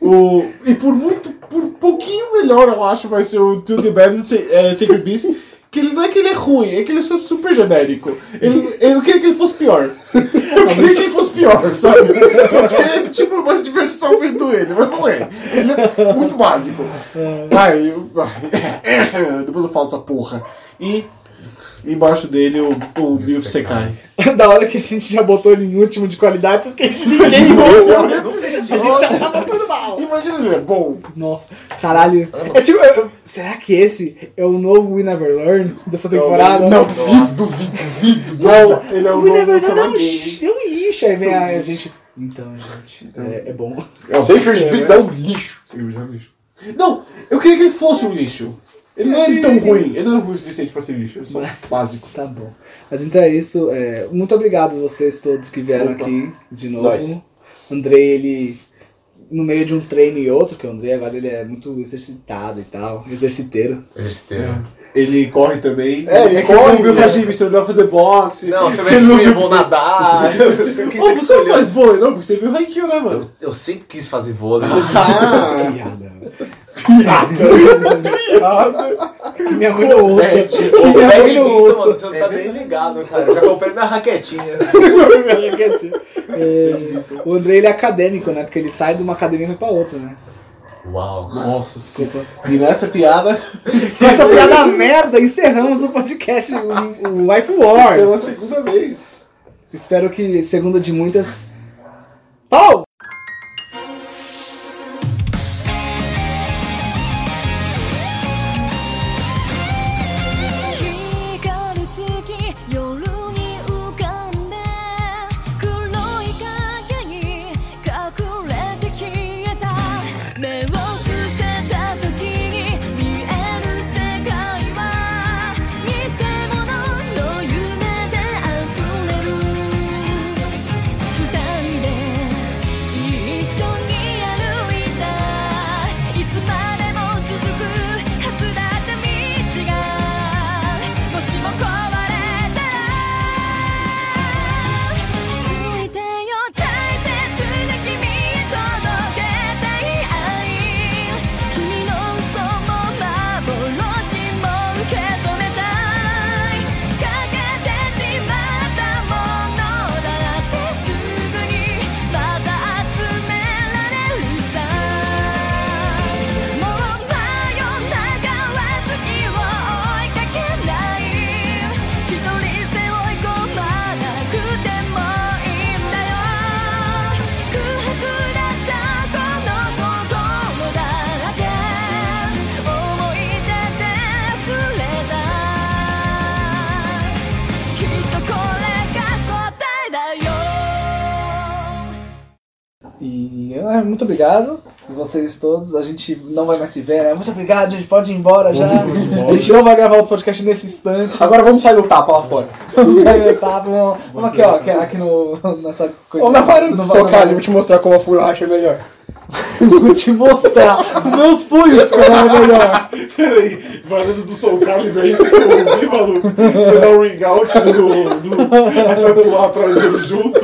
Speaker 4: O, e por muito, por pouquinho melhor, eu acho, vai ser o To The Bad é, Sacred Beast. Que ele não é que ele é ruim, é que ele é só super genérico. Ele, eu queria que ele fosse pior. Eu queria que ele fosse pior, sabe? Porque é tipo uma diversão vendo ele, mas não é. Ele é muito básico. Ai, eu- ai, depois eu falo dessa porra. E embaixo dele o, o Mil Sekai.
Speaker 6: da hora que a gente já botou ele em último de qualidade, porque a gente ninguém.
Speaker 4: é
Speaker 6: a gente já tá botando mal.
Speaker 4: Imagina ele é bom.
Speaker 6: Nossa, caralho. É tipo, eu- eu- será que esse é o novo We Never Learn dessa temporada?
Speaker 4: Não, duvido, duvido, duvido. Não, ele é o
Speaker 6: We
Speaker 4: novo
Speaker 6: Never Learn é um
Speaker 4: Saladin.
Speaker 6: lixo. É um lixo. Aí vem a, a gente. Então, gente, é, é bom.
Speaker 4: Sacred Beast é um lixo. Sacred Beast é um lixo. Não, eu queria que ele fosse um lixo. Ele não é tão ruim, ele não é ruim o suficiente pra ser lixo, ele é só básico.
Speaker 6: Tá bom. Mas então é isso. é, muito obrigado vocês todos que vieram aqui de novo.
Speaker 2: Nós.
Speaker 6: Andrei, ele. No meio de um treino e outro, que o Andrei agora ele é muito exercitado e tal, exerciteiro.
Speaker 5: Besteira.
Speaker 4: Ele corre também.
Speaker 2: É, ele corre,
Speaker 4: viu,
Speaker 2: né?
Speaker 4: Hajime? Você não vai fazer boxe.
Speaker 5: Não, você vai
Speaker 4: Ele
Speaker 5: fui, eu
Speaker 4: viu-
Speaker 5: vou nadar. Eu tenho que
Speaker 4: Ô, você não
Speaker 5: escolher.
Speaker 4: faz vôlei, não? Porque você viu o Haikyuu, né, mano?
Speaker 5: Eu sempre quis fazer vôlei.
Speaker 4: Ah,
Speaker 6: Piada.
Speaker 4: ah,
Speaker 6: Que minha mãe não ouça.
Speaker 5: Pede.
Speaker 6: Que
Speaker 5: Ô,
Speaker 6: minha mãe
Speaker 5: pede
Speaker 6: não
Speaker 5: muito, mano.
Speaker 6: ouça.
Speaker 5: Você não tá nem ligado, cara. Eu já comprei minha raquetinha.
Speaker 6: É, o Andrei ele é acadêmico, né? Porque ele sai de uma academia e vai pra outra, né?
Speaker 5: Uau.
Speaker 4: Nossa senhora.
Speaker 6: Desculpa.
Speaker 4: E nessa piada,
Speaker 6: Com essa piada merda, encerramos o podcast, o, o Life Wars.
Speaker 4: pela segunda vez.
Speaker 6: Espero que segunda de muitas. Pau!
Speaker 3: 光る月夜に浮かんで黒い影に隠れて消えた目を伏せた時に見える世界は偽物の夢で溢れる二人で一緒に歩いたいつまでも続くはずだった道がもしも壊れたら気づいてよ大切な君へ届けたい愛君の嘘も幻も受け止めたいかけてしまったものだってすぐにまた集められるさもう真夜中は月を追いかけない一人背負い込まなくてもいいんだよ空白だったこの心だらけ思い出で溢れたきっとこれが答えだよ
Speaker 6: E ah, muito obrigado vocês todos. A gente não vai mais se ver, né? Muito obrigado, a gente pode ir embora já. a gente não vai gravar outro podcast nesse instante.
Speaker 2: Agora vamos sair do tapa lá fora.
Speaker 6: Vamos sair da etapa, Vamos, vamos aqui, ó, aqui, aqui no, nessa coisa.
Speaker 2: Ou na varanda do
Speaker 6: No-
Speaker 2: seu cara, eu vou te mostrar como a furacha é melhor.
Speaker 6: Vou te mostrar meus punhos como é melhor.
Speaker 4: Peraí, valendo do Soul Calibur, é isso que eu ouvi, maluco? Você vai dar um ring out do. do aí você vai pular atrás dele junto.